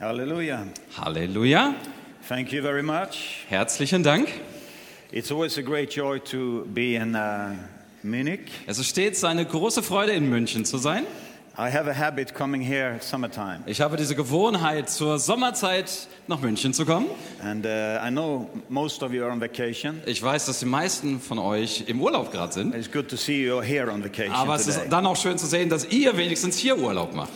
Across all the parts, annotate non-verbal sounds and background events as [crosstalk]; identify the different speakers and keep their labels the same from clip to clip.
Speaker 1: Hallelujah.
Speaker 2: Halleluja.
Speaker 1: Thank you very much.
Speaker 2: Herzlichen Dank.
Speaker 1: It's always a great joy to be in uh, Munich.
Speaker 2: Es ist stets eine große Freude, in München zu sein.
Speaker 1: I have a habit coming here summertime,
Speaker 2: Ich habe diese Gewohnheit, zur Sommerzeit nach München zu kommen.
Speaker 1: and uh, I know most of you are on vacation.
Speaker 2: Ich weiß, dass die meisten von euch im Urlaub gerade sind.
Speaker 1: It's good to see you here on vacation
Speaker 2: Aber es
Speaker 1: today.
Speaker 2: ist dann auch schön zu sehen, dass ihr wenigstens hier Urlaub macht.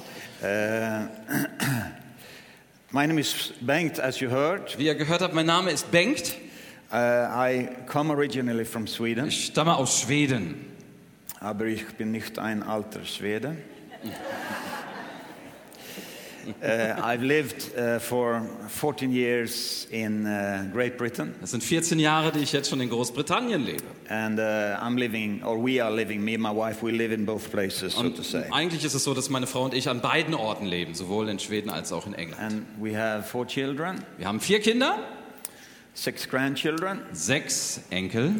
Speaker 1: My name is Bengt, as you heard.
Speaker 2: Wie ihr gehört habt, mein Name ist Bengt.
Speaker 1: Uh, I come originally from Sweden.
Speaker 2: Ich stamme aus Schweden.
Speaker 1: Aber ich bin nicht ein alter Schwede. uh, I've lived uh, for 14 years in uh, Great Britain,
Speaker 2: Das sind 14 Jahre, die ich jetzt schon in Großbritannien lebe.
Speaker 1: and uh, I'm living, or we are living, me and my wife, we live in both places, so
Speaker 2: Und
Speaker 1: to say.
Speaker 2: eigentlich ist es so, dass meine Frau und ich an beiden Orten leben, sowohl in Schweden als auch in England.
Speaker 1: And we have four children,
Speaker 2: Wir haben vier Kinder,
Speaker 1: six grandchildren,
Speaker 2: sechs Enkel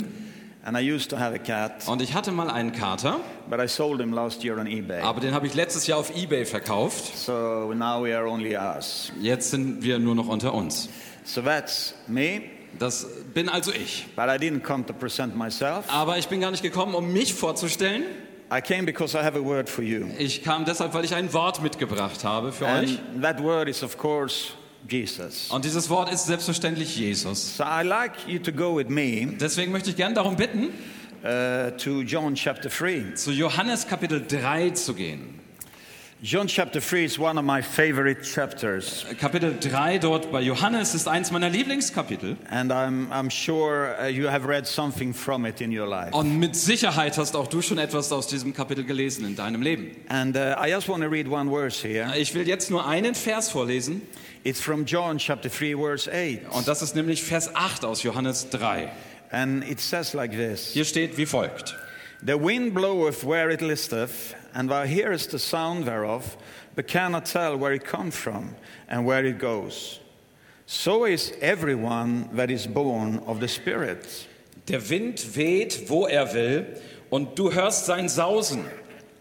Speaker 1: and I used to have a cat,
Speaker 2: und ich hatte mal einen Kater,
Speaker 1: but I sold him last year on eBay.
Speaker 2: aber den habe ich letztes Jahr auf eBay verkauft.
Speaker 1: So now we are only us.
Speaker 2: Jetzt sind wir nur noch unter uns.
Speaker 1: So that's me,
Speaker 2: Das bin also ich.
Speaker 1: but I didn't come to present myself.
Speaker 2: Aber ich bin gar nicht gekommen, um mich vorzustellen.
Speaker 1: I came because I have a word for you.
Speaker 2: Ich kam deshalb, weil ich ein Wort mitgebracht habe für euch.
Speaker 1: And that word is, of course, Jesus.
Speaker 2: Und dieses Wort ist selbstverständlich Jesus.
Speaker 1: So I'd like you to go with me
Speaker 2: Deswegen möchte ich gerne darum bitten,
Speaker 1: uh, to John chapter 3.
Speaker 2: zu Johannes Kapitel 3 zu gehen.
Speaker 1: John chapter 3 is one of my favorite chapters,
Speaker 2: Kapitel 3 dort bei Johannes ist eins meiner Lieblingskapitel.
Speaker 1: and I'm, I'm sure uh, you have read something from it in your life.
Speaker 2: Und mit Sicherheit hast auch du schon etwas aus diesem Kapitel gelesen in deinem Leben.
Speaker 1: And uh, I just want to read one verse here.
Speaker 2: Ich will jetzt nur einen Vers vorlesen.
Speaker 1: It's from John chapter 3, verse 8.
Speaker 2: Und das ist nämlich Vers 8 aus Johannes 3.
Speaker 1: And it says like this
Speaker 2: Hier steht wie folgt.
Speaker 1: The wind bloweth where it listeth, and thou hearest the sound thereof, but cannot tell where it come from and where it goes. So is everyone that is born of the Spirit.
Speaker 2: Der Wind weht, wo er will, und du hörst sein Sausen,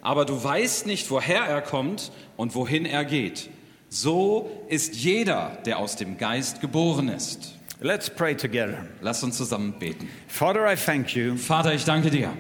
Speaker 2: aber du weißt nicht, woher er kommt und wohin er geht. So ist jeder, der aus dem Geist geboren ist.
Speaker 1: Let's pray together.
Speaker 2: Lass uns zusammen beten.
Speaker 1: Father, I thank you
Speaker 2: Vater, ich danke dir.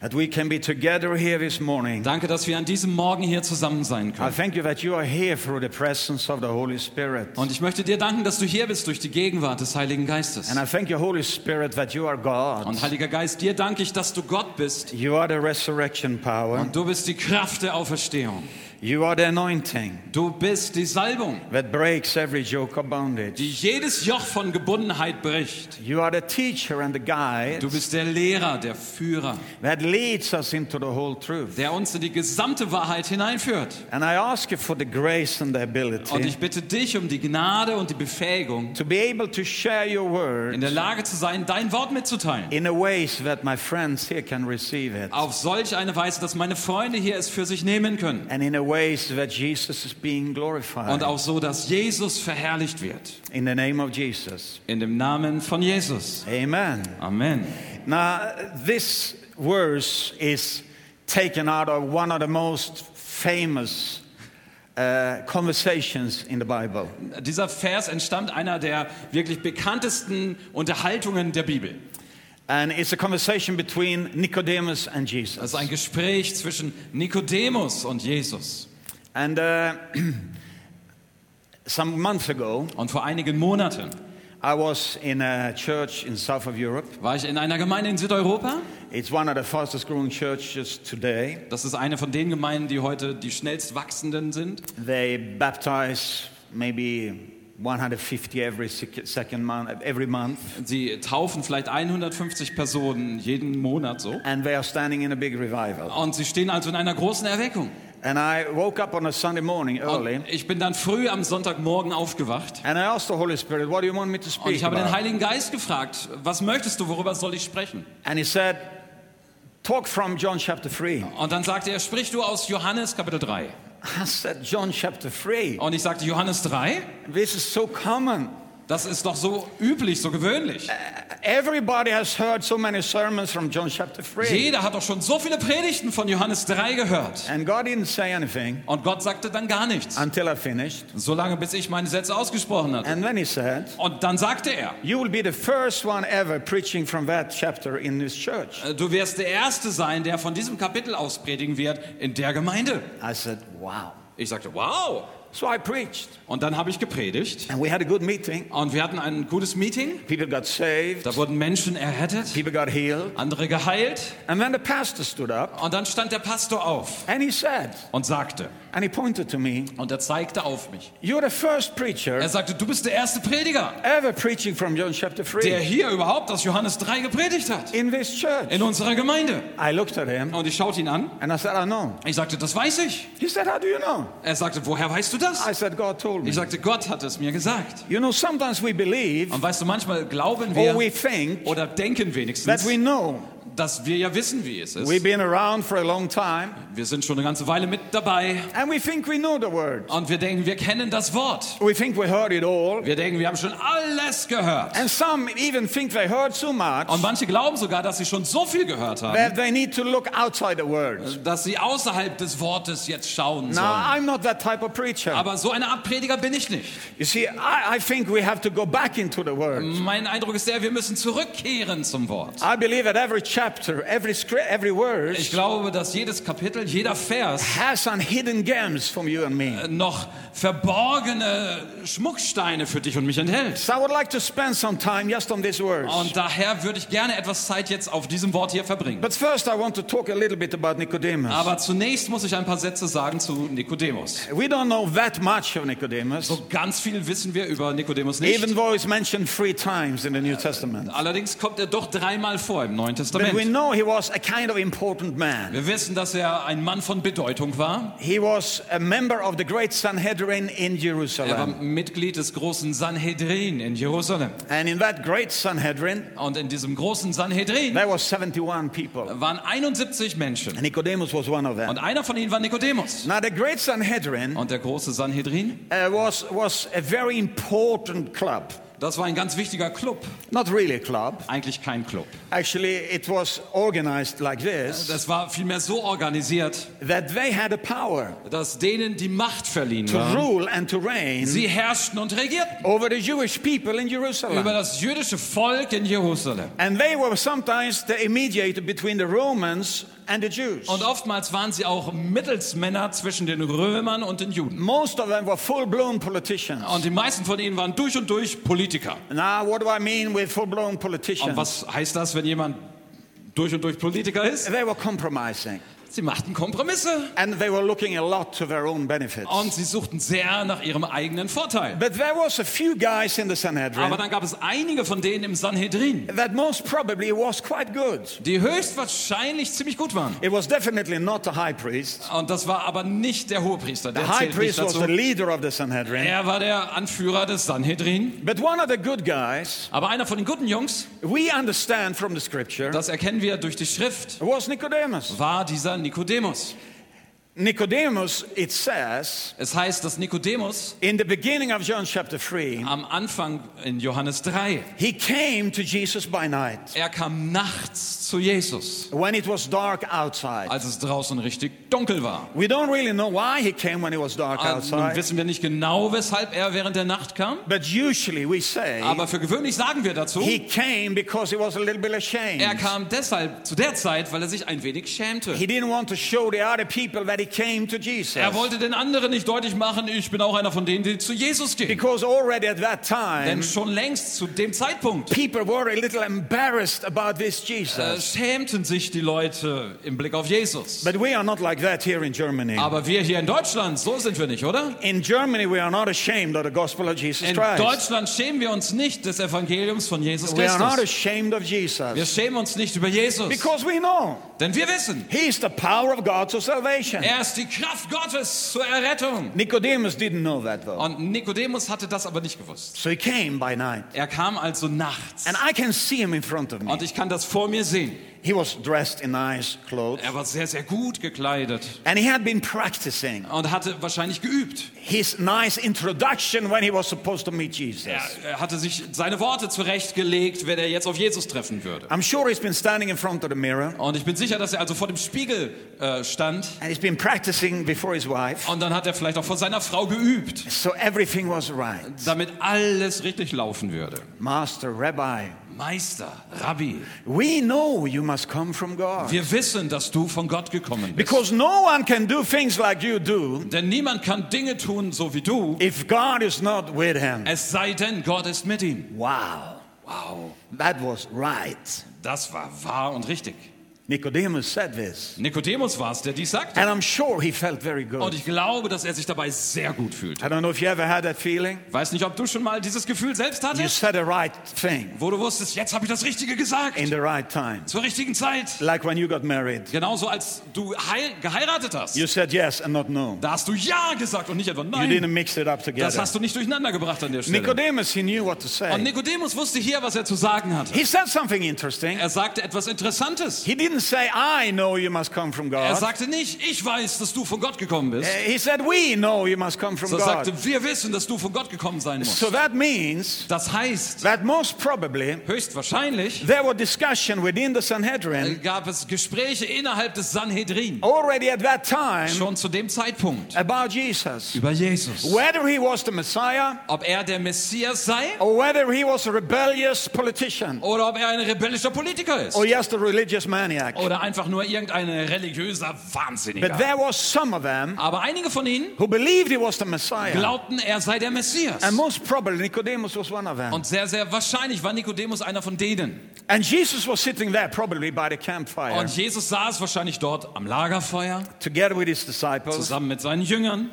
Speaker 1: that we can be together here this morning.
Speaker 2: Danke, dass wir an diesem Morgen hier zusammen sein
Speaker 1: I
Speaker 2: können.
Speaker 1: thank you that you are here through the presence of the Holy Spirit.
Speaker 2: Und ich möchte dir danken, dass du hier bist durch die Gegenwart des Heiligen Geistes.
Speaker 1: And I thank you, Holy Spirit, that you are
Speaker 2: Und
Speaker 1: God.
Speaker 2: Heiliger Geist, dir danke ich, dass du Gott bist.
Speaker 1: You are the resurrection power.
Speaker 2: Und du bist die Kraft der Auferstehung.
Speaker 1: You are the anointing
Speaker 2: Du bist die Salbung,
Speaker 1: that breaks every yoke of bondage.
Speaker 2: die jedes Joch von Gebundenheit bricht.
Speaker 1: You are the teacher and the guide
Speaker 2: Du bist der Lehrer, der Führer,
Speaker 1: that leads us into the whole truth.
Speaker 2: der uns in die gesamte Wahrheit hineinführt.
Speaker 1: And I ask you for the grace and the
Speaker 2: Und
Speaker 1: ability
Speaker 2: ich bitte dich um die Gnade und die Befähigung,
Speaker 1: to be able to share your
Speaker 2: in
Speaker 1: word
Speaker 2: der Lage zu sein, dein Wort mitzuteilen.
Speaker 1: in a way so that my friends here can receive it.
Speaker 2: Auf solch eine Weise, dass meine Freunde hier es für sich nehmen können.
Speaker 1: And in a way so that Jesus is being
Speaker 2: Und
Speaker 1: glorified.
Speaker 2: auch so, dass Jesus verherrlicht wird.
Speaker 1: In the name of Jesus.
Speaker 2: In dem Namen von Jesus.
Speaker 1: Amen.
Speaker 2: Amen.
Speaker 1: Now, this verse is taken out of one of the most famous uh, conversations in the Bible.
Speaker 2: Dieser Vers entstammt einer der wirklich bekanntesten Unterhaltungen der Bibel.
Speaker 1: And it's a conversation between Nicodemus and Jesus.
Speaker 2: Das ist ein Gespräch zwischen Nikodemus und Jesus.
Speaker 1: And uh, [clears throat] some months ago,
Speaker 2: Und vor einigen Monaten
Speaker 1: I was in a church in south of Europe.
Speaker 2: war ich in einer Gemeinde in Südeuropa.
Speaker 1: It's one of the fastest growing churches today.
Speaker 2: Das ist eine von den Gemeinden, die heute die schnellst wachsenden sind.
Speaker 1: They baptize maybe 150 every sec- second month, every month,
Speaker 2: Sie taufen vielleicht 150 Personen jeden Monat so.
Speaker 1: and they are standing in a big revival.
Speaker 2: Und sie stehen also in einer großen Erweckung.
Speaker 1: And I woke up on a Sunday morning
Speaker 2: Und
Speaker 1: early,
Speaker 2: ich bin dann früh am Sonntagmorgen aufgewacht.
Speaker 1: and I asked the Holy Spirit, "What do you want me to
Speaker 2: Und
Speaker 1: speak
Speaker 2: ich habe den
Speaker 1: about?"
Speaker 2: Heiligen Geist gefragt, was möchtest du, worüber soll ich sprechen?
Speaker 1: And He said, "Talk from John chapter 3." [laughs]
Speaker 2: Und dann sagte er, sprich du aus Johannes Kapitel
Speaker 1: I
Speaker 2: 3.
Speaker 1: said, "John chapter 3.
Speaker 2: Oh. Und ich sagte, Johannes 3?
Speaker 1: This is so common."
Speaker 2: Das ist doch so üblich, so gewöhnlich.
Speaker 1: Everybody has heard so many sermons from John chapter 3.
Speaker 2: Jeder hat doch schon so viele Predigten von Johannes 3 gehört.
Speaker 1: And God didn't say anything
Speaker 2: Und Gott sagte dann gar nichts.
Speaker 1: until I finished.
Speaker 2: Solange bis ich meine Sätze ausgesprochen hatte.
Speaker 1: And then he said,
Speaker 2: Und dann sagte er,
Speaker 1: You will be the first one ever preaching from that chapter in this church.
Speaker 2: äh, du wirst der Erste sein, der von diesem Kapitel aus predigen wird in der Gemeinde.
Speaker 1: I said, Wow.
Speaker 2: Ich sagte, wow.
Speaker 1: So I preached.
Speaker 2: Und dann habe ich gepredigt.
Speaker 1: And we had a good meeting.
Speaker 2: Und wir hatten ein gutes Meeting.
Speaker 1: People got saved,
Speaker 2: Da wurden Menschen errettet,
Speaker 1: people got healed.
Speaker 2: andere geheilt.
Speaker 1: And then the pastor stood up
Speaker 2: Und dann stand der Pastor auf
Speaker 1: and he said,
Speaker 2: und sagte,
Speaker 1: and he pointed to me,
Speaker 2: und er zeigte auf mich.
Speaker 1: You're the first
Speaker 2: Er
Speaker 1: preacher
Speaker 2: sagte, du bist der erste Prediger,
Speaker 1: ever preaching from John chapter
Speaker 2: der
Speaker 1: 3
Speaker 2: hier überhaupt aus Johannes 3 gepredigt hat.
Speaker 1: in this church.
Speaker 2: In unserer Gemeinde.
Speaker 1: I looked at him
Speaker 2: Und ich schaute ihn an.
Speaker 1: and I said, I know.
Speaker 2: Ich sagte, das weiß ich.
Speaker 1: He said, How do you know?
Speaker 2: Er sagte, woher weißt du das?
Speaker 1: I said, God told me.
Speaker 2: Ich sagte, Gott hat es mir gesagt.
Speaker 1: You know, sometimes we believe
Speaker 2: Und weißt du, manchmal
Speaker 1: Um,
Speaker 2: glauben
Speaker 1: or
Speaker 2: wir
Speaker 1: Oh, we think
Speaker 2: oder denken
Speaker 1: that
Speaker 2: wenigstens,
Speaker 1: we know.
Speaker 2: dass wir ja wissen, wie es ist.
Speaker 1: We've been around for a long time
Speaker 2: Wir sind schon eine ganze Weile mit dabei
Speaker 1: and we think we know the word.
Speaker 2: und wir denken, wir kennen das Wort.
Speaker 1: We think we heard it all.
Speaker 2: Wir denken, wir haben schon alles gehört.
Speaker 1: And some even think they heard so much
Speaker 2: Und manche glauben sogar, dass sie schon so viel gehört haben,
Speaker 1: that they need to look outside the words.
Speaker 2: dass sie außerhalb des Wortes jetzt schauen
Speaker 1: Now,
Speaker 2: sollen.
Speaker 1: I'm not that type of preacher.
Speaker 2: Aber so eine Art Prediger bin ich nicht.
Speaker 1: You see, I, I think we have to go back into the word.
Speaker 2: Mein Eindruck ist der, wir müssen zurückkehren zum Wort.
Speaker 1: I believe that every chapter, every script, every word
Speaker 2: Ich glaube, dass jedes Kapitel, jeder Vers
Speaker 1: has some hidden gems from you and me.
Speaker 2: noch verborgene Schmucksteine für dich und mich enthält.
Speaker 1: So I would like to spend some time just on these words.
Speaker 2: Und daher würde ich gerne etwas Zeit jetzt auf diesem Wort hier verbringen.
Speaker 1: But first, I want to talk a little bit about Nicodemus.
Speaker 2: Aber zunächst muss ich ein paar Sätze sagen zu Nikodemus.
Speaker 1: We don't know that much of Nicodemus,
Speaker 2: So ganz viel wissen wir über Nikodemus nicht.
Speaker 1: even though he's mentioned three times in the New Testament.
Speaker 2: Allerdings kommt er doch dreimal vor im Neuen
Speaker 1: But we
Speaker 2: Testament.
Speaker 1: know he was a kind of important man.
Speaker 2: Wir wissen, dass er ein Mann von Bedeutung war.
Speaker 1: He was a member of the great Sanhedrin in
Speaker 2: Er war
Speaker 1: Jerusalem.
Speaker 2: Mitglied des großen Sanhedrin in Jerusalem.
Speaker 1: And in that great Sanhedrin,
Speaker 2: Und in diesem großen Sanhedrin
Speaker 1: there was 71 people.
Speaker 2: waren 71 Menschen.
Speaker 1: And Nicodemus was one of them.
Speaker 2: Und einer von ihnen war Nikodemus.
Speaker 1: Now, the great Sanhedrin
Speaker 2: Und der große Sanhedrin,
Speaker 1: uh, was, was a very important club.
Speaker 2: das war ein ganz wichtiger Club.
Speaker 1: Not really a club.
Speaker 2: Eigentlich kein Club.
Speaker 1: Actually, it was organized like this
Speaker 2: Das war vielmehr so organisiert,
Speaker 1: that they had a power
Speaker 2: dass denen die Macht verliehen
Speaker 1: to
Speaker 2: war.
Speaker 1: rule and to reign
Speaker 2: Sie herrschten und regierten
Speaker 1: over the Jewish people in
Speaker 2: über
Speaker 1: Jerusalem.
Speaker 2: das jüdische Volk in Jerusalem.
Speaker 1: And they were sometimes the mediator between the Romans and the Jews.
Speaker 2: Und oftmals waren sie auch Mittelsmänner zwischen den Römern und den Juden.
Speaker 1: Most of them were full blown politicians.
Speaker 2: Und die meisten von ihnen waren durch und durch Politiker.
Speaker 1: Now, what do I mean with full blown
Speaker 2: Und
Speaker 1: politicians?
Speaker 2: was heißt das, wenn jemand durch und durch Politiker ist?
Speaker 1: They were compromising
Speaker 2: Sie machten Kompromisse
Speaker 1: and they were looking a lot to their own benefits.
Speaker 2: und sie suchten sehr nach ihrem eigenen Vorteil.
Speaker 1: But there was a few guys in the
Speaker 2: Aber
Speaker 1: Sanhedrin
Speaker 2: dann gab es einige von denen im Sanhedrin,
Speaker 1: that most probably was quite good.
Speaker 2: die höchstwahrscheinlich ziemlich gut waren.
Speaker 1: It was definitely not the high priest.
Speaker 2: Und das war aber nicht der Hohepriester,
Speaker 1: The
Speaker 2: der
Speaker 1: high
Speaker 2: zählt nicht
Speaker 1: priest was
Speaker 2: dazu.
Speaker 1: the leader of the Sanhedrin.
Speaker 2: Er war der Anführer des Sanhedrin.
Speaker 1: But one of the good guys,
Speaker 2: Aber einer von den guten Jungs,
Speaker 1: we understand from the scripture,
Speaker 2: das erkennen wir durch die Schrift,
Speaker 1: was Nicodemus.
Speaker 2: war dieser Nikodemus.
Speaker 1: Nicodemus, it says,
Speaker 2: Es heißt, dass Nikodemus
Speaker 1: in the beginning of John chapter 3,
Speaker 2: am Anfang in Johannes 3,
Speaker 1: he came to Jesus by night
Speaker 2: er kam nachts zu Jesus,
Speaker 1: when it was dark outside.
Speaker 2: als es draußen richtig dunkel war.
Speaker 1: We don't really know why he came when it was dark
Speaker 2: Also, nun
Speaker 1: outside,
Speaker 2: wissen wir nicht genau, weshalb er während der Nacht kam,
Speaker 1: but usually we say
Speaker 2: aber für gewöhnlich sagen wir dazu,
Speaker 1: he came because he was a little bit
Speaker 2: er
Speaker 1: ashamed.
Speaker 2: kam deshalb zu der Zeit, weil er sich ein wenig schämte.
Speaker 1: He didn't want to show the other people that he came to Jesus.
Speaker 2: Er wollte den anderen nicht deutlich machen, ich bin auch einer von denen, die zu Jesus gehen.
Speaker 1: Because already at that time,
Speaker 2: Denn schon längst zu dem Zeitpunkt
Speaker 1: people were a little embarrassed about this
Speaker 2: äh,
Speaker 1: Jesus.
Speaker 2: schämten sich die Leute im Blick auf Jesus.
Speaker 1: But we are not like that here in Germany.
Speaker 2: Aber wir hier in Deutschland, so sind wir nicht, oder?
Speaker 1: In Germany, we are not ashamed of the gospel of Jesus
Speaker 2: In
Speaker 1: Christ.
Speaker 2: Deutschland schämen wir uns nicht des Evangeliums von Jesus
Speaker 1: We are not
Speaker 2: Christus.
Speaker 1: ashamed of
Speaker 2: Wir
Speaker 1: Jesus.
Speaker 2: schämen uns nicht über Jesus,
Speaker 1: Because we know
Speaker 2: denn wir wissen,
Speaker 1: he is the power of God to salvation.
Speaker 2: er ist die Kraft Gottes zur Errettung.
Speaker 1: Nicodemus didn't know that though.
Speaker 2: Und Nikodemus hatte das aber nicht gewusst.
Speaker 1: So he came by night.
Speaker 2: Er kam also nachts
Speaker 1: And I can see him in front of me.
Speaker 2: und ich kann das vor mir sehen.
Speaker 1: he was dressed in nice clothes
Speaker 2: Er war sehr, sehr gut gekleidet
Speaker 1: and he had been practicing
Speaker 2: und hatte wahrscheinlich geübt.
Speaker 1: his nice introduction when he was supposed to meet Jesus.
Speaker 2: Er, er hatte sich seine Worte zurechtgelegt, wenn er jetzt auf Jesus treffen würde.
Speaker 1: I'm sure he's been standing in front of the mirror
Speaker 2: Und ich bin sicher, dass er also vor dem Spiegel äh, stand
Speaker 1: and he's been practicing before his wife.
Speaker 2: und dann hat er vielleicht auch vor seiner Frau geübt,
Speaker 1: So everything was right.
Speaker 2: damit alles richtig laufen würde.
Speaker 1: Master, Rabbi,
Speaker 2: Meister, Rabbi,
Speaker 1: we know you must come from God.
Speaker 2: wir wissen, dass du von Gott gekommen bist.
Speaker 1: Because no one can do things like you do
Speaker 2: Denn niemand kann Dinge tun, so wie du,
Speaker 1: if God is not with him.
Speaker 2: es sei denn, Gott ist mit ihm.
Speaker 1: Wow,
Speaker 2: Wow,
Speaker 1: that was right.
Speaker 2: das war wahr und richtig.
Speaker 1: Nicodemus said this.
Speaker 2: Nikodemus war es, der dies sagte.
Speaker 1: And I'm sure he felt very
Speaker 2: Und
Speaker 1: good.
Speaker 2: ich glaube, dass er sich dabei sehr gut fühlt.
Speaker 1: I don't know if you ever had that feeling.
Speaker 2: Weiß nicht, ob du schon mal dieses Gefühl selbst
Speaker 1: You
Speaker 2: hattest,
Speaker 1: said the right thing
Speaker 2: wo du wusstest, jetzt habe ich das Richtige gesagt.
Speaker 1: in the right time.
Speaker 2: Zur richtigen Zeit.
Speaker 1: Like when you got married,
Speaker 2: Genauso als du heil geheiratet hast.
Speaker 1: you said yes and not no.
Speaker 2: Da hast du Ja gesagt und nicht etwa
Speaker 1: You
Speaker 2: Nein.
Speaker 1: didn't mix it up
Speaker 2: Das
Speaker 1: together.
Speaker 2: hast du nicht durcheinander gebracht an der Stelle.
Speaker 1: Nicodemus, he knew what to
Speaker 2: Und
Speaker 1: say.
Speaker 2: Nikodemus wusste hier, was er zu sagen hatte.
Speaker 1: He said something interesting.
Speaker 2: Er sagte etwas Interessantes.
Speaker 1: He didn't say, I know you must come from
Speaker 2: Er
Speaker 1: God.
Speaker 2: sagte nicht, ich weiß, dass du von Gott gekommen
Speaker 1: Uh,
Speaker 2: bist.
Speaker 1: He said, We know you must come from
Speaker 2: Er
Speaker 1: God.
Speaker 2: sagte, wir wissen, dass du von Gott gekommen sein musst.
Speaker 1: So that means
Speaker 2: Das heißt,
Speaker 1: that most probably
Speaker 2: höchstwahrscheinlich äh,
Speaker 1: there were discussion within the Sanhedrin
Speaker 2: gab es Gespräche innerhalb des Sanhedrin.
Speaker 1: already at that time
Speaker 2: Schon zu dem Zeitpunkt.
Speaker 1: about Jesus.
Speaker 2: über Jesus.
Speaker 1: Whether he was the Messiah
Speaker 2: Ob er der Messias sei
Speaker 1: or whether he was a rebellious politician
Speaker 2: oder ob er ein rebellischer Politiker ist.
Speaker 1: or just a religious maniac.
Speaker 2: Oder einfach nur irgendein religiöser
Speaker 1: But
Speaker 2: Wahnsinniger.
Speaker 1: there was some of them
Speaker 2: Aber einige von ihnen
Speaker 1: who believed he was the Messiah.
Speaker 2: glaubten, er sei der Messias.
Speaker 1: And most probably Nicodemus was one of them.
Speaker 2: Und sehr, sehr wahrscheinlich war Nikodemus einer von denen.
Speaker 1: And Jesus was sitting there probably by the campfire
Speaker 2: Und Jesus saß wahrscheinlich dort am Lagerfeuer
Speaker 1: together with his disciples.
Speaker 2: zusammen mit seinen Jüngern.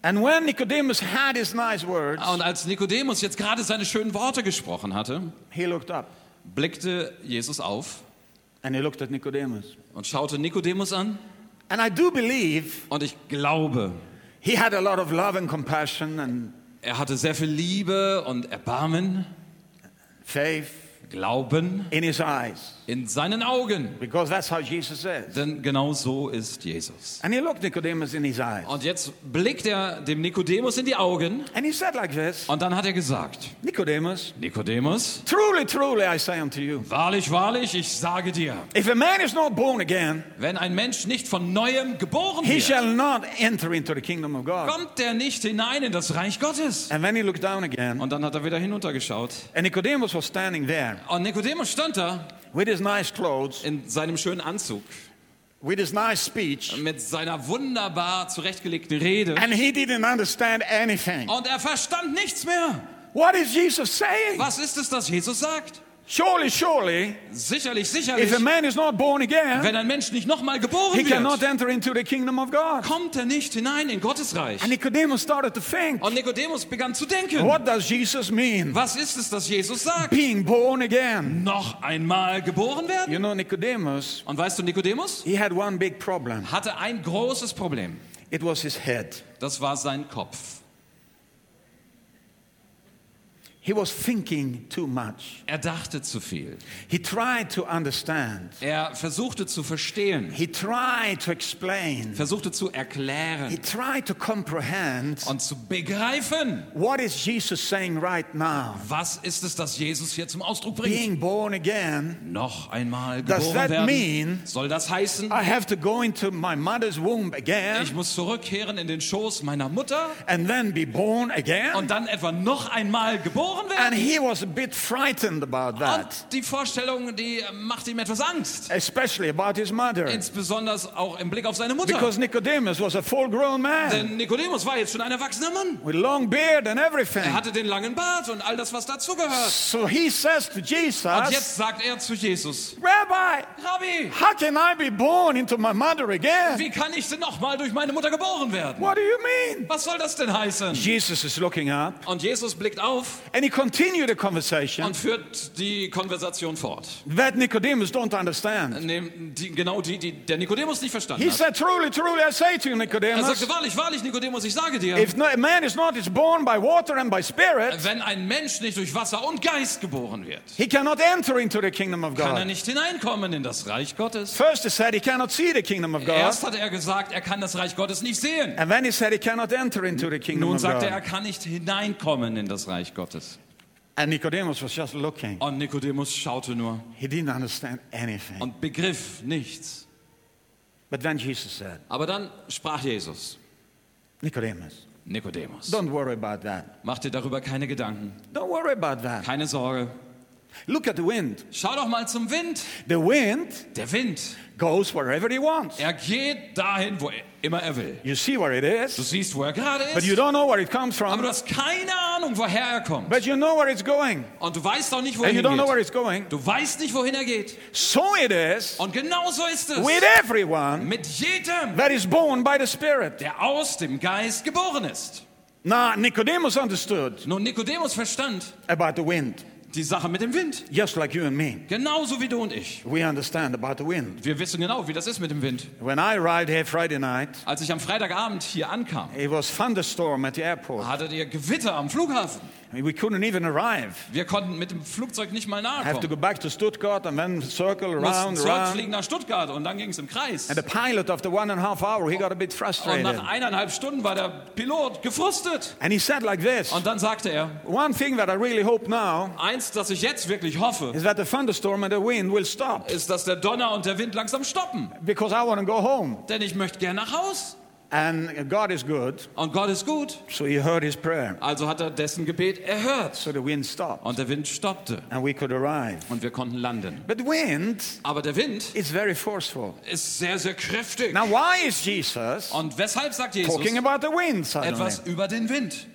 Speaker 1: And when Nicodemus had his nice words,
Speaker 2: Und als Nikodemus jetzt gerade seine schönen Worte gesprochen hatte,
Speaker 1: he looked up
Speaker 2: blickte Jesus auf
Speaker 1: and he looked at Nicodemus.
Speaker 2: und schaute Nikodemus an.
Speaker 1: And I do believe
Speaker 2: Und ich glaube,
Speaker 1: he had a lot of love and compassion and
Speaker 2: er hatte sehr viel Liebe und Erbarmen,
Speaker 1: faith
Speaker 2: Glauben
Speaker 1: in his eyes
Speaker 2: in seinen Augen.
Speaker 1: because that's how Jesus is.
Speaker 2: Denn genau so ist Jesus.
Speaker 1: And he looked Nicodemus in his eyes
Speaker 2: Und jetzt blickt er dem Nikodemus in die Augen
Speaker 1: and he said like this
Speaker 2: und dann hat er gesagt,
Speaker 1: Nicodemus,
Speaker 2: Nikodemus,
Speaker 1: truly, truly, I say unto you,
Speaker 2: wahrlich, wahrlich, ich sage dir,
Speaker 1: if a man is not born again,
Speaker 2: wenn ein Mensch nicht von neuem geboren
Speaker 1: he
Speaker 2: wird,
Speaker 1: shall not enter into the kingdom of God.
Speaker 2: kommt er nicht hinein in das Reich Gottes.
Speaker 1: And then he looked down again,
Speaker 2: Und dann hat er wieder hinuntergeschaut.
Speaker 1: and Nicodemus was standing there
Speaker 2: Und Nikodemus stand da
Speaker 1: with his nice clothes,
Speaker 2: in seinem schönen Anzug
Speaker 1: with his nice speech,
Speaker 2: mit seiner wunderbar zurechtgelegten Rede.
Speaker 1: and he didn't understand anything.
Speaker 2: Und er verstand nichts mehr.
Speaker 1: What is Jesus saying?
Speaker 2: Was ist es, das Jesus sagt?
Speaker 1: Surely, surely,
Speaker 2: Sicherlich,
Speaker 1: if
Speaker 2: sicherlich,
Speaker 1: a man is not born again,
Speaker 2: wenn ein Mensch nicht nochmal geboren
Speaker 1: He cannot
Speaker 2: wird,
Speaker 1: enter into the kingdom of God.
Speaker 2: kommt er nicht hinein in Gottes Reich.
Speaker 1: And Nicodemus started to think,
Speaker 2: Und Nikodemus begann zu denken,
Speaker 1: what does Jesus mean?
Speaker 2: was ist es, das Jesus sagt?
Speaker 1: Being born again.
Speaker 2: Noch einmal geboren werden?
Speaker 1: You know, Nicodemus,
Speaker 2: Und weißt du, Nikodemus
Speaker 1: he had one big problem.
Speaker 2: hatte ein großes Problem.
Speaker 1: It was his head.
Speaker 2: Das war sein Kopf.
Speaker 1: He was thinking too much.
Speaker 2: Er dachte zu viel.
Speaker 1: He tried to understand.
Speaker 2: Er versuchte zu verstehen,
Speaker 1: He tried to explain.
Speaker 2: versuchte zu
Speaker 1: He
Speaker 2: erklären
Speaker 1: tried to comprehend
Speaker 2: und zu begreifen,
Speaker 1: what is Jesus saying right now?
Speaker 2: was ist es, das Jesus hier zum Ausdruck bringt.
Speaker 1: Being born again,
Speaker 2: Noch einmal
Speaker 1: Does
Speaker 2: geboren
Speaker 1: that
Speaker 2: werden.
Speaker 1: mean-
Speaker 2: Soll das heißen,
Speaker 1: I have to go into my mother's womb
Speaker 2: ich
Speaker 1: again
Speaker 2: muss zurückkehren in den Schoß meiner Mutter?
Speaker 1: and then be born again?
Speaker 2: und dann etwa noch einmal geboren
Speaker 1: And
Speaker 2: werden.
Speaker 1: he was a bit frightened about that.
Speaker 2: Und die Vorstellung, die macht ihm etwas Angst.
Speaker 1: especially about his mother.
Speaker 2: Insbesondere auch im Blick auf seine Mutter.
Speaker 1: Because Nicodemus was a full grown man
Speaker 2: Denn Nikodemus war jetzt schon ein erwachsener Mann.
Speaker 1: with long beard and
Speaker 2: Er
Speaker 1: everything.
Speaker 2: hatte den langen Bart und all das, was dazugehört.
Speaker 1: So he says to
Speaker 2: Und
Speaker 1: Jesus,
Speaker 2: jetzt sagt er zu Jesus,
Speaker 1: Rabbi,
Speaker 2: Rabbi,
Speaker 1: how can I be born into my mother again?
Speaker 2: wie kann ich denn nochmal durch meine Mutter geboren werden?
Speaker 1: What do you mean?
Speaker 2: Was soll das denn heißen?
Speaker 1: Jesus is looking up
Speaker 2: Und Jesus blickt auf
Speaker 1: and And he continued the conversation
Speaker 2: und führt die Konversation fort.
Speaker 1: that Nicodemus don't understand.
Speaker 2: Nehm- Die, genau die, die der Nikodemus nicht verstanden
Speaker 1: He
Speaker 2: hat.
Speaker 1: said, Truly, truly, I say to you,
Speaker 2: Er
Speaker 1: Nicodemus,
Speaker 2: sagte, wahrlich, wahrlich, Nikodemus, ich sage dir,
Speaker 1: if no, a man is not is born by water and by spirit,
Speaker 2: wenn ein Mensch nicht durch Wasser und Geist geboren wird,
Speaker 1: he cannot enter into the kingdom of
Speaker 2: kann er
Speaker 1: God.
Speaker 2: nicht hineinkommen in das Reich Gottes.
Speaker 1: First, he said he cannot see the kingdom of God.
Speaker 2: Erst hat er gesagt, er kann das Reich Gottes nicht sehen.
Speaker 1: And then he said he cannot enter into the kingdom
Speaker 2: Nun
Speaker 1: of
Speaker 2: sagte er, er
Speaker 1: God.
Speaker 2: kann nicht hineinkommen in das Reich Gottes.
Speaker 1: And Nicodemus was just looking.
Speaker 2: Und Nikodemus schaute nur
Speaker 1: He didn't understand anything.
Speaker 2: und begriff nichts.
Speaker 1: But then Jesus said,
Speaker 2: Aber dann sprach Jesus,
Speaker 1: Nicodemus,
Speaker 2: Nikodemus,
Speaker 1: don't worry about that.
Speaker 2: mach dir darüber keine Gedanken,
Speaker 1: Don't worry about that.
Speaker 2: keine Sorge.
Speaker 1: Look at the wind.
Speaker 2: Schau doch mal zum Wind.
Speaker 1: The wind
Speaker 2: Der Wind,
Speaker 1: goes wherever he wants.
Speaker 2: er geht dahin, wo er, immer er will.
Speaker 1: You see where it
Speaker 2: Du
Speaker 1: is,
Speaker 2: siehst, wo er gerade
Speaker 1: but
Speaker 2: ist,
Speaker 1: you don't know where it comes
Speaker 2: aber du
Speaker 1: from.
Speaker 2: hast keine Ahnung, woher er kommt.
Speaker 1: But you know where it's going,
Speaker 2: Und du weißt auch nicht,
Speaker 1: and
Speaker 2: wohin
Speaker 1: you
Speaker 2: er
Speaker 1: don't know where
Speaker 2: geht.
Speaker 1: it's going.
Speaker 2: Du weißt nicht, wohin er geht.
Speaker 1: So it is
Speaker 2: Und genau so ist es.
Speaker 1: with everyone
Speaker 2: Mit jedem,
Speaker 1: that is born by the Spirit.
Speaker 2: der aus dem Geist geboren ist.
Speaker 1: Now, Nicodemus understood
Speaker 2: Nun, Nikodemus verstand
Speaker 1: about the wind,
Speaker 2: die Sache mit dem Wind.
Speaker 1: just like you and me.
Speaker 2: Genauso wie du und ich.
Speaker 1: We understand about the wind.
Speaker 2: Wir wissen genau, wie das ist mit dem Wind.
Speaker 1: When I arrived here Friday night,
Speaker 2: Als ich am Freitagabend hier ankam,
Speaker 1: it was thunderstorm at the airport.
Speaker 2: hattet ihr Gewitter am Flughafen.
Speaker 1: I mean, We couldn't even arrive.
Speaker 2: Wir konnten mit dem Flugzeug nicht mal
Speaker 1: I have to
Speaker 2: nahekommen.
Speaker 1: go back to Stuttgart and then circle
Speaker 2: Mussten
Speaker 1: around, around.
Speaker 2: zurückfliegen nach Stuttgart und dann ging es im Kreis.
Speaker 1: And the pilot, after one and a half hour, he got a bit
Speaker 2: Und
Speaker 1: frustrated.
Speaker 2: nach eineinhalb Stunden war der Pilot gefrustet.
Speaker 1: And he said like this.
Speaker 2: Und dann sagte er,
Speaker 1: One thing that I really hope now
Speaker 2: eins, das ich jetzt wirklich hoffe,
Speaker 1: is that the thunderstorm and the wind will stop
Speaker 2: ist, dass der Donner und der Wind langsam stoppen.
Speaker 1: because I want to go home.
Speaker 2: Denn ich möchte gern nach Haus.
Speaker 1: And God is good,
Speaker 2: Und Gott ist gut.
Speaker 1: so he heard his prayer.
Speaker 2: Also hat er dessen Gebet erhört.
Speaker 1: So the wind stopped
Speaker 2: Und der Wind stoppte.
Speaker 1: and we could arrive.
Speaker 2: Und wir konnten landen.
Speaker 1: But wind
Speaker 2: Aber der Wind
Speaker 1: is very forceful.
Speaker 2: ist sehr, sehr kräftig.
Speaker 1: Now, why is Jesus
Speaker 2: Und weshalb sagt Jesus
Speaker 1: talking about the wind suddenly?
Speaker 2: etwas über den Wind?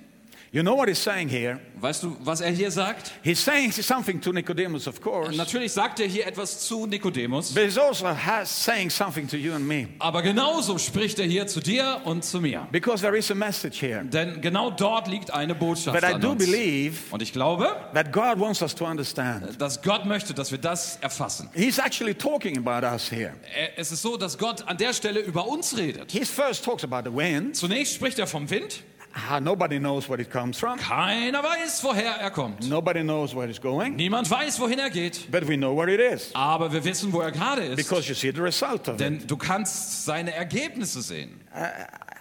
Speaker 1: You know what he's saying here?
Speaker 2: Weißt du, was er hier sagt?
Speaker 1: He's saying something to Nicodemus, of course, but
Speaker 2: Natürlich sagt er hier etwas zu Nikodemus,
Speaker 1: he's also has saying something to you and me
Speaker 2: aber genauso spricht er hier zu dir und zu mir.
Speaker 1: because there is a message here.
Speaker 2: Denn genau dort liegt eine Botschaft
Speaker 1: But I
Speaker 2: an
Speaker 1: do
Speaker 2: uns.
Speaker 1: believe
Speaker 2: Und ich glaube,
Speaker 1: that God wants us to understand.
Speaker 2: dass Gott möchte, dass wir das erfassen.
Speaker 1: He's actually talking about us here.
Speaker 2: Er- Es ist so, dass Gott an der Stelle über uns redet.
Speaker 1: He first talks about the wind,
Speaker 2: Zunächst spricht er vom Wind.
Speaker 1: how nobody knows where it comes from,
Speaker 2: Keiner weiß, woher er kommt.
Speaker 1: nobody knows where it's going,
Speaker 2: Niemand weiß, wohin er geht.
Speaker 1: but we know where it is
Speaker 2: Aber wir wissen, wo er gerade ist.
Speaker 1: because you see the result of it.
Speaker 2: Denn du kannst seine Ergebnisse sehen.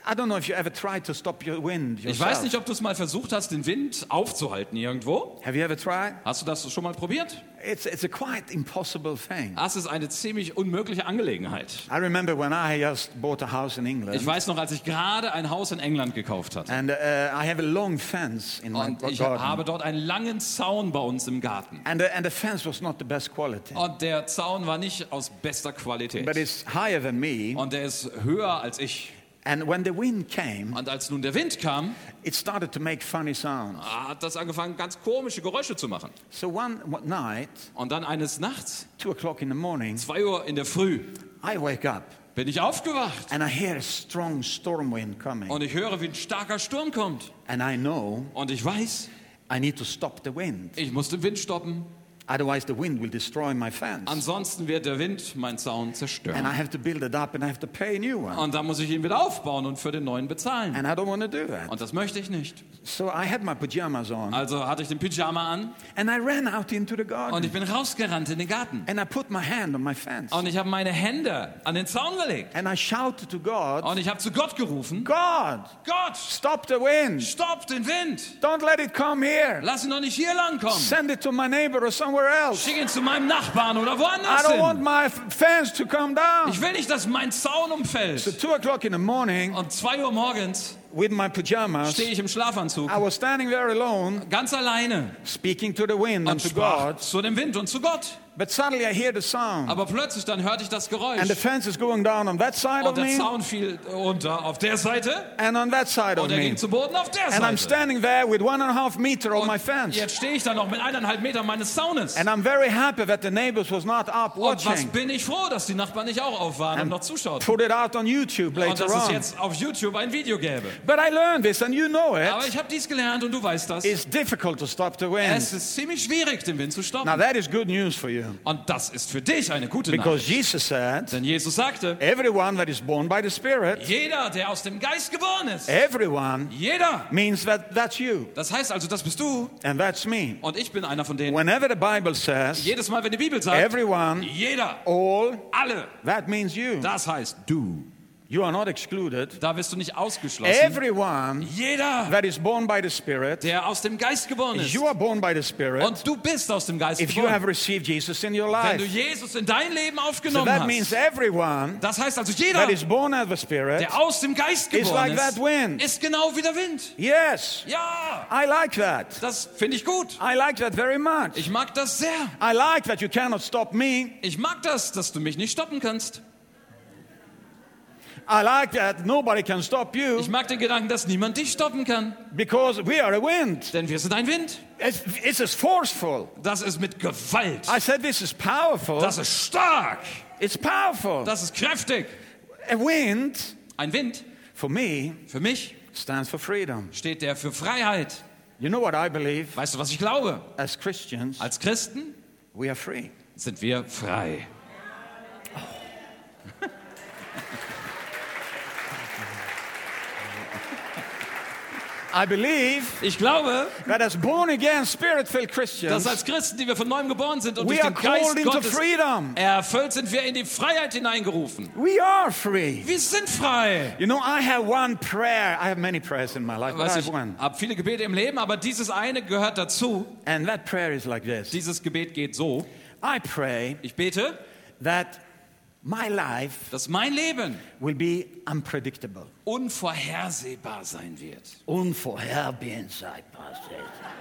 Speaker 1: I don't know if you ever tried to stop your wind
Speaker 2: Ich
Speaker 1: yourself.
Speaker 2: weiß nicht, ob du es mal versucht hast, den Wind aufzuhalten irgendwo.
Speaker 1: Have you ever tried?
Speaker 2: Hast du das schon mal probiert?
Speaker 1: It's, it's a quite impossible thing.
Speaker 2: Das ist eine ziemlich unmögliche Angelegenheit.
Speaker 1: I remember when I just bought a house in
Speaker 2: Ich
Speaker 1: England,
Speaker 2: weiß noch, als ich gerade ein Haus in England gekauft hatte.
Speaker 1: and uh, I have a long fence in my
Speaker 2: Und ich
Speaker 1: garden,
Speaker 2: habe dort einen langen Zaun bei uns im Garten.
Speaker 1: and the, and the fence was not the best quality,
Speaker 2: Und der Zaun war nicht aus bester
Speaker 1: but
Speaker 2: Qualität.
Speaker 1: it's higher than me.
Speaker 2: Und der ist höher als ich.
Speaker 1: And when the wind came,
Speaker 2: Und als nun der Wind kam,
Speaker 1: it started to make funny sounds.
Speaker 2: hat das angefangen, ganz komische Geräusche zu machen.
Speaker 1: So one one night,
Speaker 2: Und dann eines Nachts,
Speaker 1: two o'clock in the morning,
Speaker 2: 2 Uhr in der Früh,
Speaker 1: I wake up
Speaker 2: bin ich aufgewacht.
Speaker 1: and I hear a strong storm wind coming.
Speaker 2: Und ich höre, wie ein starker Sturm kommt.
Speaker 1: And I know
Speaker 2: Und ich weiß,
Speaker 1: I need to stop the wind.
Speaker 2: ich muss den Wind stoppen.
Speaker 1: Otherwise, the wind will destroy my fence.
Speaker 2: Ansonsten wird der Wind meinen Zaun
Speaker 1: And
Speaker 2: zerstören.
Speaker 1: I have to build it up and I have to pay a new one.
Speaker 2: Und dann muss ich ihn wieder aufbauen und für den neuen bezahlen.
Speaker 1: And I don't want to do that.
Speaker 2: Und das möchte ich nicht.
Speaker 1: So I had my pajamas on
Speaker 2: Also hatte ich den Pyjama an
Speaker 1: and I ran out into the
Speaker 2: und
Speaker 1: garden.
Speaker 2: ich bin rausgerannt in den Garten.
Speaker 1: And I put my hand on my fence
Speaker 2: Und ich habe meine Hände an den Zaun gelegt.
Speaker 1: and I shouted to God,
Speaker 2: Und ich habe zu Gott gerufen,
Speaker 1: God,
Speaker 2: Gott,
Speaker 1: stop the wind.
Speaker 2: stopp den Wind.
Speaker 1: Don't let it come here.
Speaker 2: Lass ihn doch nicht hier lang kommen.
Speaker 1: Send it to my neighbor or somewhere else.
Speaker 2: Schick ihn zu meinem Nachbarn oder
Speaker 1: I
Speaker 2: woanders
Speaker 1: don't want
Speaker 2: hin.
Speaker 1: my f- fence to come down.
Speaker 2: Ich will nicht, dass mein Zaun
Speaker 1: So
Speaker 2: umfällt.
Speaker 1: two o'clock in the morning,
Speaker 2: Und 2 Uhr morgens
Speaker 1: with my pajamas,
Speaker 2: stehe ich im Schlafanzug,
Speaker 1: I was standing there alone,
Speaker 2: ganz alleine
Speaker 1: speaking to the wind and
Speaker 2: und
Speaker 1: to
Speaker 2: sprach
Speaker 1: God.
Speaker 2: zu dem Wind und zu Gott.
Speaker 1: But suddenly I hear the sound,
Speaker 2: Aber plötzlich dann hörte ich das Geräusch
Speaker 1: and the fence is going down on that side
Speaker 2: und
Speaker 1: of
Speaker 2: der
Speaker 1: me
Speaker 2: Zaun fiel runter auf der Seite
Speaker 1: and on that side of
Speaker 2: und er
Speaker 1: me.
Speaker 2: ging zu Boden auf der
Speaker 1: And I'm
Speaker 2: Seite.
Speaker 1: standing there with one and a half meter of my
Speaker 2: Und
Speaker 1: fence.
Speaker 2: jetzt stehe ich da noch mit eineinhalb Metern meines Zaunes.
Speaker 1: And I'm very happy that the neighbors was not up
Speaker 2: Und was
Speaker 1: watching.
Speaker 2: bin ich froh, dass die Nachbarn nicht auch auf waren und
Speaker 1: And
Speaker 2: noch zuschauten.
Speaker 1: Put Oh, it out on YouTube
Speaker 2: Und
Speaker 1: later
Speaker 2: dass es
Speaker 1: on.
Speaker 2: jetzt auf YouTube ein Video gäbe.
Speaker 1: But I learned this, and you know it.
Speaker 2: Aber ich habe dies gelernt und du weißt das.
Speaker 1: It's difficult to stop the wind.
Speaker 2: Es ist ziemlich schwierig, den Wind zu
Speaker 1: Now
Speaker 2: stoppen.
Speaker 1: that is good news for you,
Speaker 2: Und das ist für dich eine gute Nachricht.
Speaker 1: because Jesus said,
Speaker 2: Denn Jesus sagte,
Speaker 1: "Everyone that is born by the Spirit,
Speaker 2: jeder, der aus dem Geist geboren ist,
Speaker 1: everyone
Speaker 2: jeder.
Speaker 1: means that that's you
Speaker 2: Das heißt also, das bist du
Speaker 1: and that's me."
Speaker 2: und ich bin einer von denen.
Speaker 1: Whenever the Bible says
Speaker 2: Jedes Mal, wenn die Bibel sagt,
Speaker 1: everyone,
Speaker 2: jeder,
Speaker 1: all,
Speaker 2: alle,
Speaker 1: that means you.
Speaker 2: das heißt du.
Speaker 1: You are not excluded.
Speaker 2: Da wirst du nicht ausgeschlossen.
Speaker 1: Everyone
Speaker 2: Jeder,
Speaker 1: that is born by the Spirit,
Speaker 2: der aus dem Geist geboren ist
Speaker 1: you are born by the Spirit.
Speaker 2: und du bist aus dem Geist
Speaker 1: If you have
Speaker 2: geboren.
Speaker 1: received Jesus in your
Speaker 2: Wenn
Speaker 1: life,
Speaker 2: du Jesus in dein Leben
Speaker 1: so
Speaker 2: aufgenommen
Speaker 1: that means
Speaker 2: hast,
Speaker 1: everyone
Speaker 2: das heißt also jeder,
Speaker 1: that is born of the Spirit.
Speaker 2: der aus dem Geist
Speaker 1: It's
Speaker 2: geboren
Speaker 1: like that wind.
Speaker 2: ist, ist genau wie der Wind.
Speaker 1: Yes,
Speaker 2: Ja,
Speaker 1: I like that.
Speaker 2: das finde ich gut.
Speaker 1: I like that very much.
Speaker 2: Ich mag das sehr.
Speaker 1: I like that you cannot stop me.
Speaker 2: Ich mag das, dass du mich nicht stoppen kannst.
Speaker 1: I like that nobody can stop you
Speaker 2: Ich mag den Gedanken, dass niemand dich stoppen kann,
Speaker 1: because we are a wind.
Speaker 2: denn wir sind ein Wind.
Speaker 1: It's, it's as forceful.
Speaker 2: Das ist mit Gewalt.
Speaker 1: I said this is powerful.
Speaker 2: Das ist stark.
Speaker 1: It's powerful.
Speaker 2: Das ist kräftig.
Speaker 1: A wind,
Speaker 2: Ein Wind,
Speaker 1: for me,
Speaker 2: für mich,
Speaker 1: stands for freedom.
Speaker 2: steht der für Freiheit.
Speaker 1: You know what I believe?
Speaker 2: Weißt du, was ich glaube?
Speaker 1: As Christians,
Speaker 2: Als Christen
Speaker 1: we are free.
Speaker 2: sind wir frei.
Speaker 1: I believe
Speaker 2: Ich glaube,
Speaker 1: that as born again, spirit filled
Speaker 2: dass
Speaker 1: Christians,
Speaker 2: als Christen, die wir von neuem geboren sind und
Speaker 1: we
Speaker 2: durch
Speaker 1: are
Speaker 2: den
Speaker 1: called
Speaker 2: Geist
Speaker 1: into
Speaker 2: Gottes
Speaker 1: freedom.
Speaker 2: erfüllt sind, wir in die Freiheit hineingerufen.
Speaker 1: We are free.
Speaker 2: Wir sind frei.
Speaker 1: You know, I have one prayer. I have many prayers in my life, but I
Speaker 2: Weißt du, ich
Speaker 1: have one.
Speaker 2: habe viele Gebete im Leben, aber dieses eine gehört dazu.
Speaker 1: And that prayer is like this
Speaker 2: Dieses Gebet geht so.
Speaker 1: I pray
Speaker 2: Ich bete,
Speaker 1: that my life
Speaker 2: dass mein Leben
Speaker 1: will be unpredictable.
Speaker 2: unvorhersehbar sein wird.
Speaker 1: Unvorhersehbar.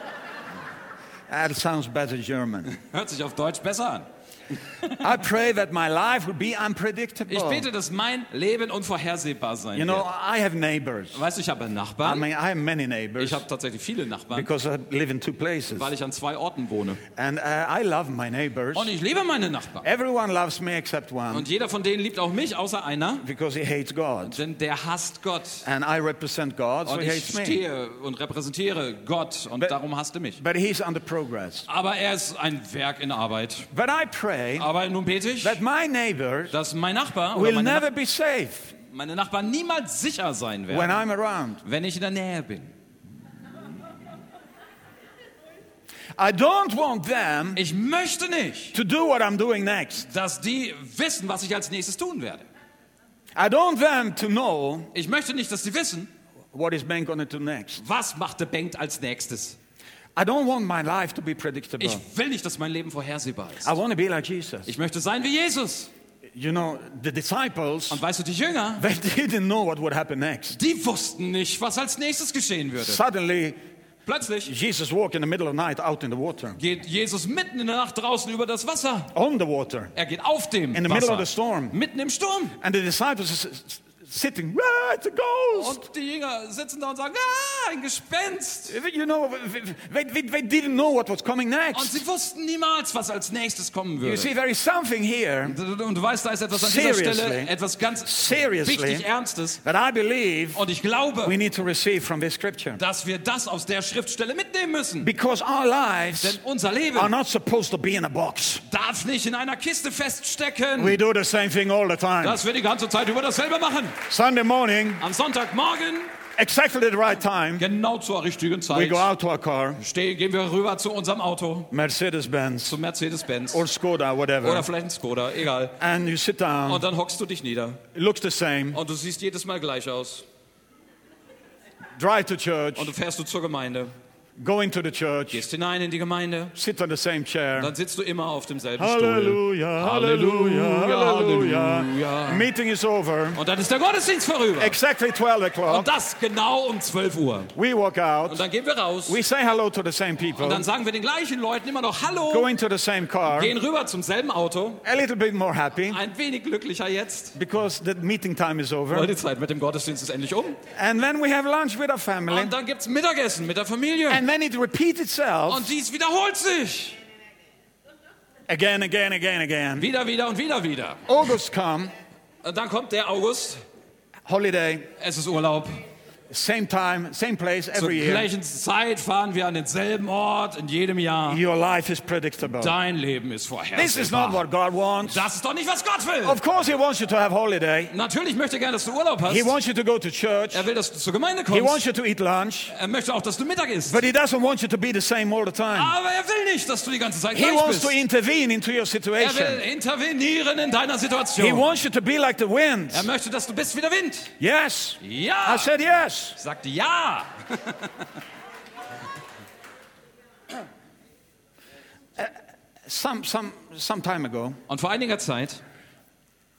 Speaker 1: [laughs] That sounds better [laughs] German.
Speaker 2: Hört sich auf Deutsch besser an.
Speaker 1: I pray that my life will be
Speaker 2: Ich
Speaker 1: unpredictable.
Speaker 2: bete, dass mein Leben unvorhersehbar sein
Speaker 1: Oh. You know,
Speaker 2: wird.
Speaker 1: I have neighbors.
Speaker 2: Weißt du, ich habe einen
Speaker 1: I
Speaker 2: Nachbarn.
Speaker 1: mean, I have many neighbors
Speaker 2: Ich habe tatsächlich viele Nachbarn,
Speaker 1: because I live in two places.
Speaker 2: weil ich an zwei Orten wohne.
Speaker 1: And uh, I love my neighbors.
Speaker 2: Und ich liebe meine Nachbarn.
Speaker 1: Everyone loves me except one
Speaker 2: Und jeder von denen liebt auch mich, außer einer,
Speaker 1: because he hates God.
Speaker 2: denn der hasst Gott.
Speaker 1: And I represent God, so
Speaker 2: Und
Speaker 1: he
Speaker 2: ich
Speaker 1: hates me.
Speaker 2: stehe und repräsentiere Gott und darum hasst er mich.
Speaker 1: But he's under progress.
Speaker 2: Aber er ist ein Werk in Arbeit.
Speaker 1: But I pray
Speaker 2: Aber nun bete ich,
Speaker 1: that my neighbors
Speaker 2: dass mein Nachbar oder
Speaker 1: will
Speaker 2: meine,
Speaker 1: never
Speaker 2: Nach
Speaker 1: be safe
Speaker 2: meine Nachbarn niemals sicher sein
Speaker 1: when
Speaker 2: werden,
Speaker 1: I'm around.
Speaker 2: wenn ich in der Nähe bin.
Speaker 1: I don't want them
Speaker 2: Ich möchte nicht,
Speaker 1: to do what I'm doing next.
Speaker 2: dass die wissen, was ich als nächstes tun werde.
Speaker 1: I don't want them to know
Speaker 2: Ich möchte nicht, dass die wissen,
Speaker 1: what is being going to do next.
Speaker 2: was macht der Bengt als nächstes.
Speaker 1: I don't want my life to be predictable.
Speaker 2: Ich will nicht, dass mein Leben vorhersehbar ist.
Speaker 1: I want to be like Jesus.
Speaker 2: Ich möchte sein wie Jesus.
Speaker 1: You know, the disciples,
Speaker 2: Und weißt du, die Jünger,
Speaker 1: [laughs] they didn't know what would happen next.
Speaker 2: die wussten nicht, was als nächstes geschehen würde.
Speaker 1: Suddenly,
Speaker 2: Plötzlich
Speaker 1: Jesus walked in the middle of night out in the water,
Speaker 2: geht Jesus mitten in der Nacht draußen über das Wasser.
Speaker 1: on the water,
Speaker 2: Er geht auf dem
Speaker 1: in the middle of the
Speaker 2: Wasser.
Speaker 1: storm.
Speaker 2: Mitten im Sturm.
Speaker 1: And the disciples is- is sitting, ah, it's a ghost.
Speaker 2: Und die Jünger sitzen da und sagen, ah, ein Gespenst.
Speaker 1: You know, they, they, they didn't know what was coming
Speaker 2: Und
Speaker 1: next.
Speaker 2: sie wussten niemals, was als nächstes kommen
Speaker 1: You
Speaker 2: würde.
Speaker 1: see, there is something here
Speaker 2: Und du weißt, da ist etwas an dieser
Speaker 1: Seriously.
Speaker 2: Stelle, etwas ganz
Speaker 1: Seriously.
Speaker 2: wichtig Ernstes.
Speaker 1: that I believe
Speaker 2: Und ich
Speaker 1: we
Speaker 2: glaube,
Speaker 1: need to receive from this scripture.
Speaker 2: dass wir das aus der Schriftstelle mitnehmen müssen.
Speaker 1: Because our lives
Speaker 2: Denn unser
Speaker 1: are
Speaker 2: Leben
Speaker 1: not supposed to be in a box.
Speaker 2: darf nicht in einer Kiste feststecken,
Speaker 1: We do the same thing all the time.
Speaker 2: dass wir die ganze Zeit über dasselbe machen.
Speaker 1: Sunday morning,
Speaker 2: Am Sonntagmorgen,
Speaker 1: exactly the right time,
Speaker 2: genau zur richtigen
Speaker 1: we
Speaker 2: Zeit,
Speaker 1: go out to our car,
Speaker 2: stehen, gehen wir rüber zu unserem Auto,
Speaker 1: Mercedes Benz
Speaker 2: zum Mercedes-Benz
Speaker 1: or Skoda,
Speaker 2: oder
Speaker 1: whatever,
Speaker 2: vielleicht ein Skoda, egal.
Speaker 1: and you sit down,
Speaker 2: Und dann hockst du dich nieder
Speaker 1: it looks the same,
Speaker 2: und du siehst jedes Mal gleich aus.
Speaker 1: drive to church,
Speaker 2: Und du fährst du zur Gemeinde
Speaker 1: Go into the church,
Speaker 2: Gehst hinein in die Gemeinde,
Speaker 1: sit on the same chair.
Speaker 2: dann sitzt du immer auf demselben
Speaker 1: Hallelujah,
Speaker 2: Stuhl.
Speaker 1: hallelujah, hallelujah.
Speaker 2: Halleluja.
Speaker 1: Meeting is over.
Speaker 2: Und dann ist der Gottesdienst vorüber.
Speaker 1: Exactly 12
Speaker 2: Und
Speaker 1: o'clock,
Speaker 2: das genau um 12 Uhr.
Speaker 1: we walk
Speaker 2: Und
Speaker 1: out.
Speaker 2: dann gehen wir raus.
Speaker 1: We say hello to the same
Speaker 2: Und
Speaker 1: people,
Speaker 2: dann sagen wir den gleichen Leuten immer noch
Speaker 1: go
Speaker 2: Hallo,
Speaker 1: into the same car,
Speaker 2: gehen rüber zum selben Auto.
Speaker 1: a little bit more happy
Speaker 2: Ein wenig glücklicher jetzt,
Speaker 1: because the meeting time is
Speaker 2: weil
Speaker 1: over.
Speaker 2: die Zeit mit dem Gottesdienst ist endlich um.
Speaker 1: And then we have lunch with our family.
Speaker 2: Und dann gibt's Mittagessen mit der Familie.
Speaker 1: And then it repeats itself
Speaker 2: Und dies wiederholt sich.
Speaker 1: again, again, again, again.
Speaker 2: Wieder, wieder und wieder, wieder.
Speaker 1: August come,
Speaker 2: Und dann kommt der August.
Speaker 1: holiday,
Speaker 2: Es ist Urlaub.
Speaker 1: same time, same place
Speaker 2: Zur
Speaker 1: every year.
Speaker 2: gleichen Zeit fahren wir an denselben Ort in jedem Jahr.
Speaker 1: Your life is predictable.
Speaker 2: Dein Leben ist
Speaker 1: This is not
Speaker 2: vorhersehbar.
Speaker 1: what God wants.
Speaker 2: Das ist doch nicht, was Gott will.
Speaker 1: Of course, He wants you to have holiday.
Speaker 2: Natürlich möchte er gerne, dass du Urlaub hast.
Speaker 1: He wants you to go to church.
Speaker 2: Er will, dass du zur Gemeinde
Speaker 1: He
Speaker 2: kommst.
Speaker 1: wants you to eat lunch.
Speaker 2: Er möchte auch, dass du Mittag isst.
Speaker 1: But He doesn't want you to be the same all the time.
Speaker 2: Aber er will nicht, dass du die ganze Zeit
Speaker 1: He
Speaker 2: gleich
Speaker 1: wants to
Speaker 2: bist.
Speaker 1: intervene into your
Speaker 2: Er will
Speaker 1: situation.
Speaker 2: intervenieren in deiner
Speaker 1: He
Speaker 2: Situation.
Speaker 1: wants you to be like the wind.
Speaker 2: Er möchte, dass du bist wie der Wind.
Speaker 1: Yes. I
Speaker 2: Ja.
Speaker 1: said yes.
Speaker 2: Ich sagte ja.
Speaker 1: Some, some, some time ago,
Speaker 2: Und vor einiger Zeit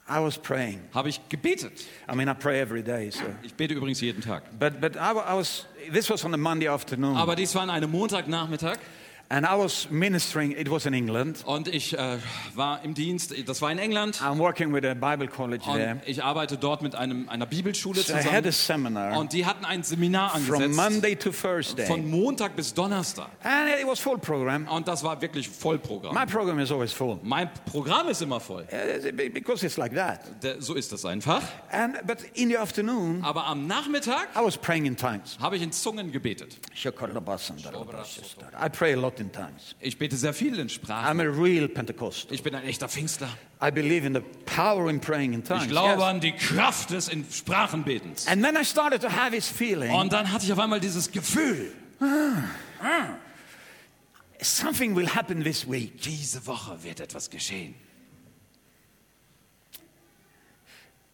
Speaker 1: I was praying.
Speaker 2: habe ich gebetet.
Speaker 1: I mean, I pray every day, so.
Speaker 2: Ich bete übrigens jeden Tag.
Speaker 1: But, but I, wa- I was, this was on a Monday afternoon,
Speaker 2: Aber dies war an einem Montagnachmittag
Speaker 1: and I was ministering, it was in England.
Speaker 2: und ich äh, war im Dienst. Das war in England
Speaker 1: I'm working with a Bible college there.
Speaker 2: und ich arbeite dort mit einem, einer Bibelschule
Speaker 1: So I had a
Speaker 2: zusammen.
Speaker 1: seminar
Speaker 2: Und die hatten ein Seminar
Speaker 1: from
Speaker 2: angesetzt
Speaker 1: Monday to Thursday,
Speaker 2: von Montag bis Donnerstag.
Speaker 1: and it was full program.
Speaker 2: Und das war wirklich Vollprogramm.
Speaker 1: My program is always full.
Speaker 2: Mein Programm ist immer voll.
Speaker 1: Uh, be- Because it's like that.
Speaker 2: Der- So ist das einfach.
Speaker 1: And, but in the afternoon,
Speaker 2: Aber am Nachmittag
Speaker 1: I was praying in tongues.
Speaker 2: habe ich in Zungen gebetet.
Speaker 1: I pray a lot in tongues.
Speaker 2: Ich bete sehr viel in Sprachen.
Speaker 1: I'm a real Pentecostal.
Speaker 2: Ich bin ein echter Pfingstler.
Speaker 1: I believe in the power in praying in
Speaker 2: Ich
Speaker 1: tongues.
Speaker 2: glaube
Speaker 1: yes.
Speaker 2: an die Kraft des in Sprachenbetens.
Speaker 1: And then I started to have this feeling
Speaker 2: Und dann hatte ich auf einmal dieses Gefühl,
Speaker 1: something will happen this week.
Speaker 2: diese Woche wird etwas geschehen.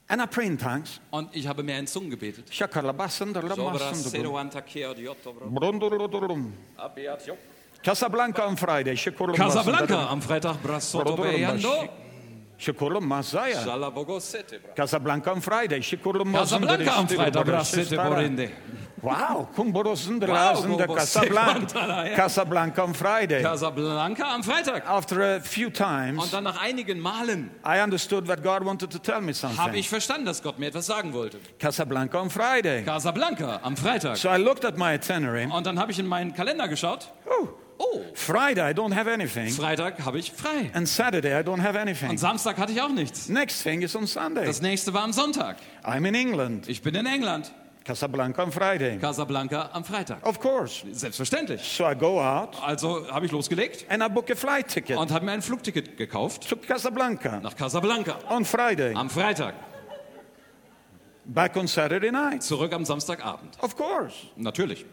Speaker 1: And I pray in tongues.
Speaker 2: Und ich habe mehr in Zungen gebetet.
Speaker 1: Shakalabasan, dalabasan, dubum. Brundurudum. Casablanca on Friday. Shakolomasan,
Speaker 2: Casablanca
Speaker 1: dalabasan.
Speaker 2: am Freitag Brasotto Beyando.
Speaker 1: Shakolomasaya. Casablanca on Friday. Shakolomasan,
Speaker 2: Casablanca am
Speaker 1: dalabasan,
Speaker 2: Freitag
Speaker 1: dalabasan,
Speaker 2: Brassete
Speaker 1: dalabasan.
Speaker 2: Borinde.
Speaker 1: Wow, cum borosun de
Speaker 2: Wow,
Speaker 1: lasen de
Speaker 2: cum
Speaker 1: Casablanca.
Speaker 2: borosun de-
Speaker 1: Casablanca on Friday.
Speaker 2: Casablanca am Freitag.
Speaker 1: After a few
Speaker 2: Und
Speaker 1: times,
Speaker 2: dann nach einigen Malen
Speaker 1: I understood that God wanted to tell me
Speaker 2: habe
Speaker 1: something.
Speaker 2: ich verstanden, dass Gott mir etwas sagen wollte.
Speaker 1: Casablanca on Friday.
Speaker 2: Casablanca am Freitag.
Speaker 1: So I looked at my itinerary.
Speaker 2: Und dann habe ich in meinen Kalender geschaut.
Speaker 1: Oh,
Speaker 2: Oh,
Speaker 1: Friday, I don't have anything.
Speaker 2: Freitag habe ich frei.
Speaker 1: And Saturday, I don't have
Speaker 2: Und
Speaker 1: anything.
Speaker 2: Samstag hatte ich auch nichts.
Speaker 1: Next thing is on Sunday.
Speaker 2: Das nächste war am Sonntag.
Speaker 1: I'm in England,
Speaker 2: Ich bin in England.
Speaker 1: Casablanca on Friday.
Speaker 2: Casablanca am Freitag.
Speaker 1: Of course.
Speaker 2: Selbstverständlich.
Speaker 1: So I go out
Speaker 2: Also habe ich losgelegt
Speaker 1: and I book a flight ticket
Speaker 2: und habe mir ein Flugticket gekauft
Speaker 1: to Casablanca
Speaker 2: nach Casablanca
Speaker 1: on Friday,
Speaker 2: am Freitag.
Speaker 1: back on Saturday night.
Speaker 2: Zurück am Samstagabend.
Speaker 1: Of course.
Speaker 2: Natürlich.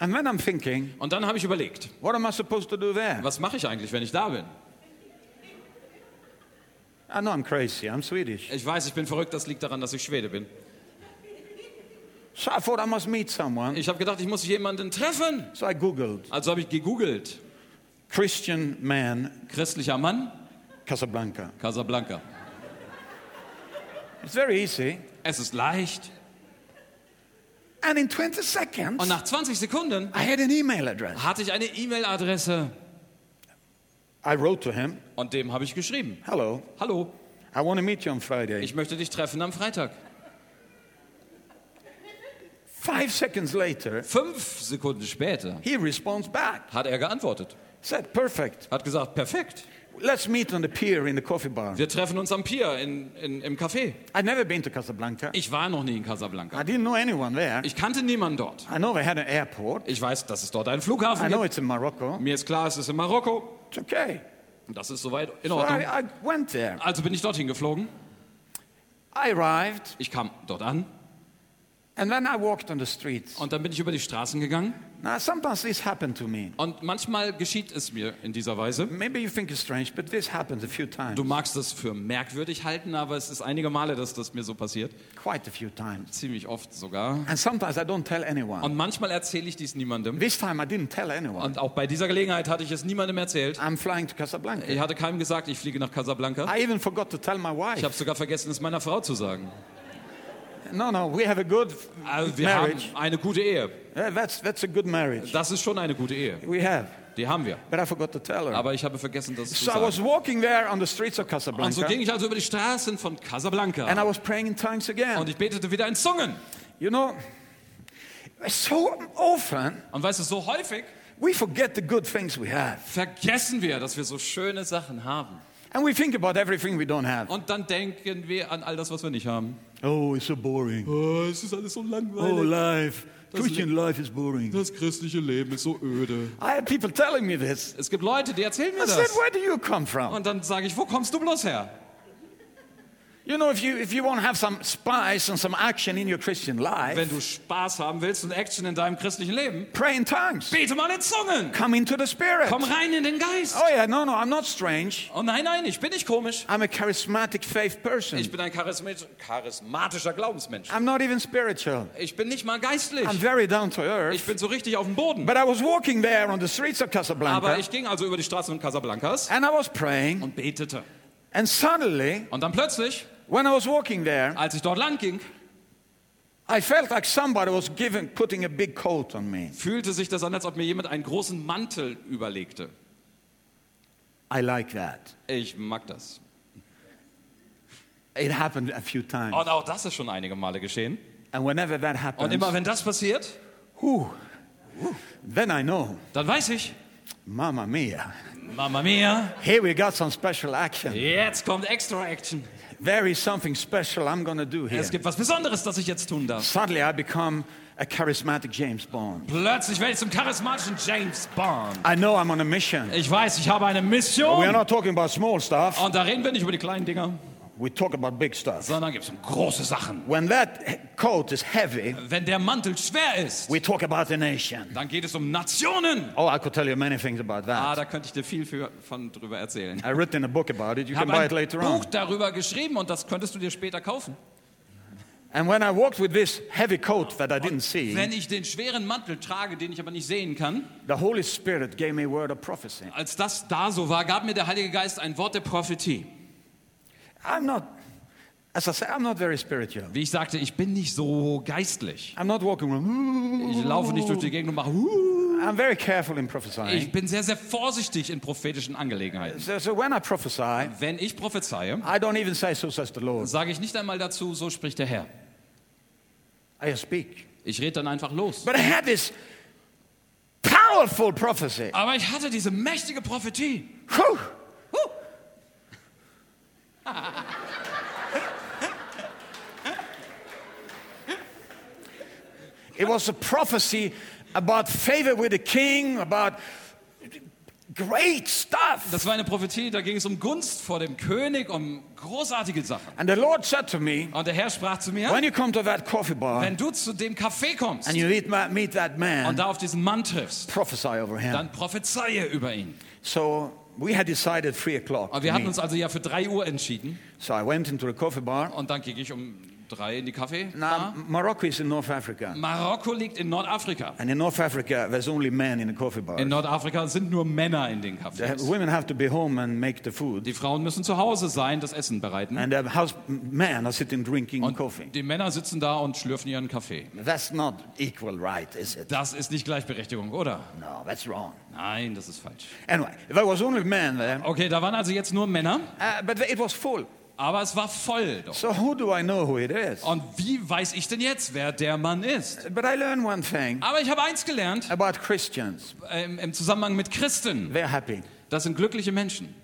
Speaker 1: And then I'm thinking,
Speaker 2: Und dann habe ich überlegt,
Speaker 1: what am I supposed to do there?
Speaker 2: was mache ich eigentlich, wenn ich da bin?
Speaker 1: I know I'm crazy, I'm Swedish.
Speaker 2: Ich weiß, ich bin verrückt, das liegt daran, dass ich Schwede bin.
Speaker 1: So I thought I must meet someone.
Speaker 2: Ich habe gedacht, ich muss jemanden treffen.
Speaker 1: So I Googled
Speaker 2: Also habe ich gegoogelt.
Speaker 1: Christian man
Speaker 2: Christlicher Mann,
Speaker 1: Casablanca.
Speaker 2: Casablanca.
Speaker 1: It's very easy.
Speaker 2: Es ist leicht.
Speaker 1: And in 20
Speaker 2: Und
Speaker 1: seconds,
Speaker 2: nach 20 Sekunden
Speaker 1: I had an email address.
Speaker 2: hatte ich eine E-Mail-Adresse
Speaker 1: I wrote to him,
Speaker 2: und dem habe ich geschrieben.
Speaker 1: hello,
Speaker 2: Hallo,
Speaker 1: I want to meet you on Friday.
Speaker 2: ich möchte dich treffen am Freitag.
Speaker 1: Five seconds later,
Speaker 2: Fünf Sekunden später
Speaker 1: he responds back.
Speaker 2: hat er geantwortet.
Speaker 1: Said, perfect.
Speaker 2: Hat gesagt, perfekt.
Speaker 1: Let's meet on the pier in the coffee bar.
Speaker 2: Wir treffen uns am Pier in, in, im Café.
Speaker 1: I'd never been to Casablanca.
Speaker 2: Ich war noch nie in Casablanca.
Speaker 1: I didn't know anyone there.
Speaker 2: Ich kannte niemanden dort.
Speaker 1: I know they had an airport.
Speaker 2: Ich weiß, dass es dort einen
Speaker 1: I
Speaker 2: Flughafen
Speaker 1: know
Speaker 2: gibt.
Speaker 1: it's in Morocco.
Speaker 2: Mir ist klar, es ist in Marokko.
Speaker 1: It's okay.
Speaker 2: Das ist soweit in
Speaker 1: So
Speaker 2: Ordnung.
Speaker 1: I, I went there.
Speaker 2: Also bin ich dorthin geflogen.
Speaker 1: I arrived.
Speaker 2: Ich kam dort an.
Speaker 1: And then I walked on the streets.
Speaker 2: Und dann bin ich über die Straßen gegangen.
Speaker 1: Now, sometimes this happened to me.
Speaker 2: Und manchmal geschieht es mir in dieser Weise.
Speaker 1: Maybe you think it's strange, but this happened a few times,
Speaker 2: Du magst das für merkwürdig halten, aber es ist einige Male, dass das mir so passiert.
Speaker 1: quite a few times.
Speaker 2: Ziemlich oft sogar.
Speaker 1: And sometimes I don't tell anyone.
Speaker 2: Und manchmal erzähle ich dies niemandem.
Speaker 1: This time I didn't tell anyone.
Speaker 2: Und auch bei dieser Gelegenheit hatte ich es niemandem erzählt.
Speaker 1: I'm flying to Casablanca.
Speaker 2: Ich hatte keinem gesagt, ich fliege nach Casablanca.
Speaker 1: I even forgot to tell my
Speaker 2: Ich
Speaker 1: wife.
Speaker 2: habe sogar vergessen, es meiner Frau zu sagen.
Speaker 1: No, no, we have a good
Speaker 2: Also wir haben
Speaker 1: marriage.
Speaker 2: eine gute Ehe.
Speaker 1: Yeah, That's, that's a good marriage.
Speaker 2: Das ist schon eine gute Ehe.
Speaker 1: We have.
Speaker 2: Die haben wir.
Speaker 1: But I forgot to tell her.
Speaker 2: Aber ich habe vergessen, das zu
Speaker 1: So I was
Speaker 2: sagen.
Speaker 1: walking there on the streets of
Speaker 2: Und Ah, so
Speaker 1: Casablanca.
Speaker 2: ging ich also über die Straßen von
Speaker 1: And I
Speaker 2: Casablanca.
Speaker 1: was praying in tongues
Speaker 2: Und
Speaker 1: again.
Speaker 2: ich betete wieder in Zungen.
Speaker 1: You know, so often
Speaker 2: Und weißt du, so häufig
Speaker 1: we forget the good things we have.
Speaker 2: vergessen wir, dass wir so schöne Sachen haben.
Speaker 1: And we think about everything we don't have.
Speaker 2: Und dann denken wir an all das, was wir nicht haben.
Speaker 1: Oh, it's so boring.
Speaker 2: Oh, es ist alles so
Speaker 1: Oh,
Speaker 2: langweilig.
Speaker 1: life. Christian life is boring.
Speaker 2: Das christliche Leben ist so öde.
Speaker 1: I had people telling me this.
Speaker 2: Es gibt Leute, die erzählen
Speaker 1: I
Speaker 2: mir
Speaker 1: said,
Speaker 2: das.
Speaker 1: where do you come from?
Speaker 2: Und dann sage ich, wo kommst du bloß her?
Speaker 1: You know, if you, if you want to have some spice and some action in your Christian
Speaker 2: Wenn
Speaker 1: life,
Speaker 2: du Spaß haben willst und Action in deinem christlichen Leben,
Speaker 1: pray in tongues.
Speaker 2: bete mal in Zungen.
Speaker 1: Come into the Spirit.
Speaker 2: Komm rein in den Geist.
Speaker 1: Oh, yeah, no, no, I'm not strange.
Speaker 2: Oh nein, nein, ich bin nicht komisch.
Speaker 1: I'm a charismatic faith person.
Speaker 2: Ich bin ein charismatisch- charismatischer Glaubensmensch.
Speaker 1: I'm not even spiritual.
Speaker 2: Ich bin nicht mal geistlich.
Speaker 1: I'm very down to
Speaker 2: Ich
Speaker 1: earth.
Speaker 2: bin so richtig auf dem Boden.
Speaker 1: But I was walking there on the streets of
Speaker 2: Aber
Speaker 1: Casablanca
Speaker 2: ich ging also über die Straßen Casablancas
Speaker 1: and I was praying.
Speaker 2: und betete.
Speaker 1: And suddenly,
Speaker 2: Und dann plötzlich,
Speaker 1: when I was walking there,
Speaker 2: als ich dort lang ging,
Speaker 1: I felt like somebody was giving, putting a big coat on me.
Speaker 2: fühlte sich das an, als ob mir jemand einen großen Mantel überlegte.
Speaker 1: I like that.
Speaker 2: Ich mag das.
Speaker 1: It happened a few times.
Speaker 2: Und auch das ist schon einige Male geschehen.
Speaker 1: And whenever that
Speaker 2: Und immer
Speaker 1: happens,
Speaker 2: wenn das passiert,
Speaker 1: whew, then I know,
Speaker 2: dann weiß ich,
Speaker 1: Mamma mia,
Speaker 2: Mama mia,
Speaker 1: here we got some special action.
Speaker 2: jetzt kommt Extra Action.
Speaker 1: There is something special I'm going to do here.
Speaker 2: Es gibt was Besonderes, das ich jetzt tun darf.
Speaker 1: Suddenly, I become a charismatic James Bond.
Speaker 2: Plötzlich werde ich zum charismatischen James Bond.
Speaker 1: I know I'm on a mission.
Speaker 2: Ich weiß, ich habe eine
Speaker 1: We are
Speaker 2: Mission.
Speaker 1: not talking about small stuff,
Speaker 2: Und da reden wir nicht über die kleinen Dinger,
Speaker 1: we talk about big stuff.
Speaker 2: sondern gibt es um große Sachen.
Speaker 1: When that he- coat is heavy,
Speaker 2: Wenn der Mantel schwer ist,
Speaker 1: we talk about the nation.
Speaker 2: dann geht es um Nationen.
Speaker 1: Oh, I could tell you many things about
Speaker 2: Ah,
Speaker 1: that.
Speaker 2: da könnte ich dir viel für, von drüber erzählen.
Speaker 1: I written a book about it. You
Speaker 2: Ich
Speaker 1: can
Speaker 2: habe
Speaker 1: buy it
Speaker 2: ein
Speaker 1: later
Speaker 2: Buch
Speaker 1: on.
Speaker 2: darüber geschrieben und das könntest du dir später kaufen.
Speaker 1: And when I walked with this heavy coat that I didn't see,
Speaker 2: Wenn ich den schweren Mantel trage, den ich aber nicht sehen kann,
Speaker 1: the Holy Spirit gave me a word of prophecy.
Speaker 2: als das da so war, gab mir der Heilige Geist ein Wort der Prophetie.
Speaker 1: I'm not, as I say, I'm not very spiritual.
Speaker 2: Wie ich sagte, ich bin nicht so geistlich.
Speaker 1: I'm not walking around.
Speaker 2: Ich laufe nicht durch die Gegend und mache. "Huh."
Speaker 1: I'm very careful in prophesying.
Speaker 2: Ich bin sehr, sehr vorsichtig in prophetischen Angelegenheiten.
Speaker 1: So, so when I prophesy,
Speaker 2: Wenn ich prophezeie,
Speaker 1: I don't even say, so says the Lord.
Speaker 2: sage ich nicht einmal dazu, so spricht der Herr.
Speaker 1: I speak.
Speaker 2: Ich rede dann einfach los.
Speaker 1: But I had this powerful prophecy.
Speaker 2: Aber ich hatte diese mächtige Prophetie.
Speaker 1: Whew!
Speaker 2: Huh.
Speaker 1: It was a prophecy about favor with the king, about great stuff.
Speaker 2: Das war eine Prophetie, da ging es um Gunst vor dem König, um großartige Sachen.
Speaker 1: And the Lord said to me,
Speaker 2: Und der Herr sprach zu mir,
Speaker 1: When you come to that coffee bar
Speaker 2: wenn du zu dem Café kommst
Speaker 1: and you meet, ma- meet that
Speaker 2: und
Speaker 1: man,
Speaker 2: da auf diesen Mann triffst,
Speaker 1: prophesy over him.
Speaker 2: dann prophezeie über ihn.
Speaker 1: So we had decided three o'clock.
Speaker 2: Aber wir hatten
Speaker 1: meet.
Speaker 2: uns also ja für 3 Uhr entschieden
Speaker 1: So I went into the coffee bar.
Speaker 2: und dann ging ich um 3 in die Café. Ah,
Speaker 1: Now, Morocco is in North Africa.
Speaker 2: Mm. Marokko liegt in Nordafrika.
Speaker 1: And in North Africa, there's only men in the coffee bar.
Speaker 2: In Nordafrika sind nur Männer in den Cafés.
Speaker 1: Women have to be home and make the food.
Speaker 2: Die Frauen müssen zu Hause sein, das Essen bereiten.
Speaker 1: And the house men are sitting drinking coffee.
Speaker 2: Und die Männer sitzen da und schlürfen ihren Kaffee.
Speaker 1: That's not equal right, is it?
Speaker 2: Das ist nicht Gleichberechtigung, oder?
Speaker 1: No, that's wrong. Oh.
Speaker 2: Nein, das ist falsch.
Speaker 1: Anyway, there was only men there,
Speaker 2: Okay, da waren also jetzt nur Männer,
Speaker 1: uh, but it was full.
Speaker 2: aber es war voll doch.
Speaker 1: So who do I know who it is?
Speaker 2: Und wie weiß ich denn jetzt, wer der Mann ist?
Speaker 1: But I learned one thing
Speaker 2: Aber ich habe eins gelernt
Speaker 1: about Christians.
Speaker 2: ähm, im Zusammenhang mit Christen.
Speaker 1: They're happy.
Speaker 2: Das sind glückliche Menschen.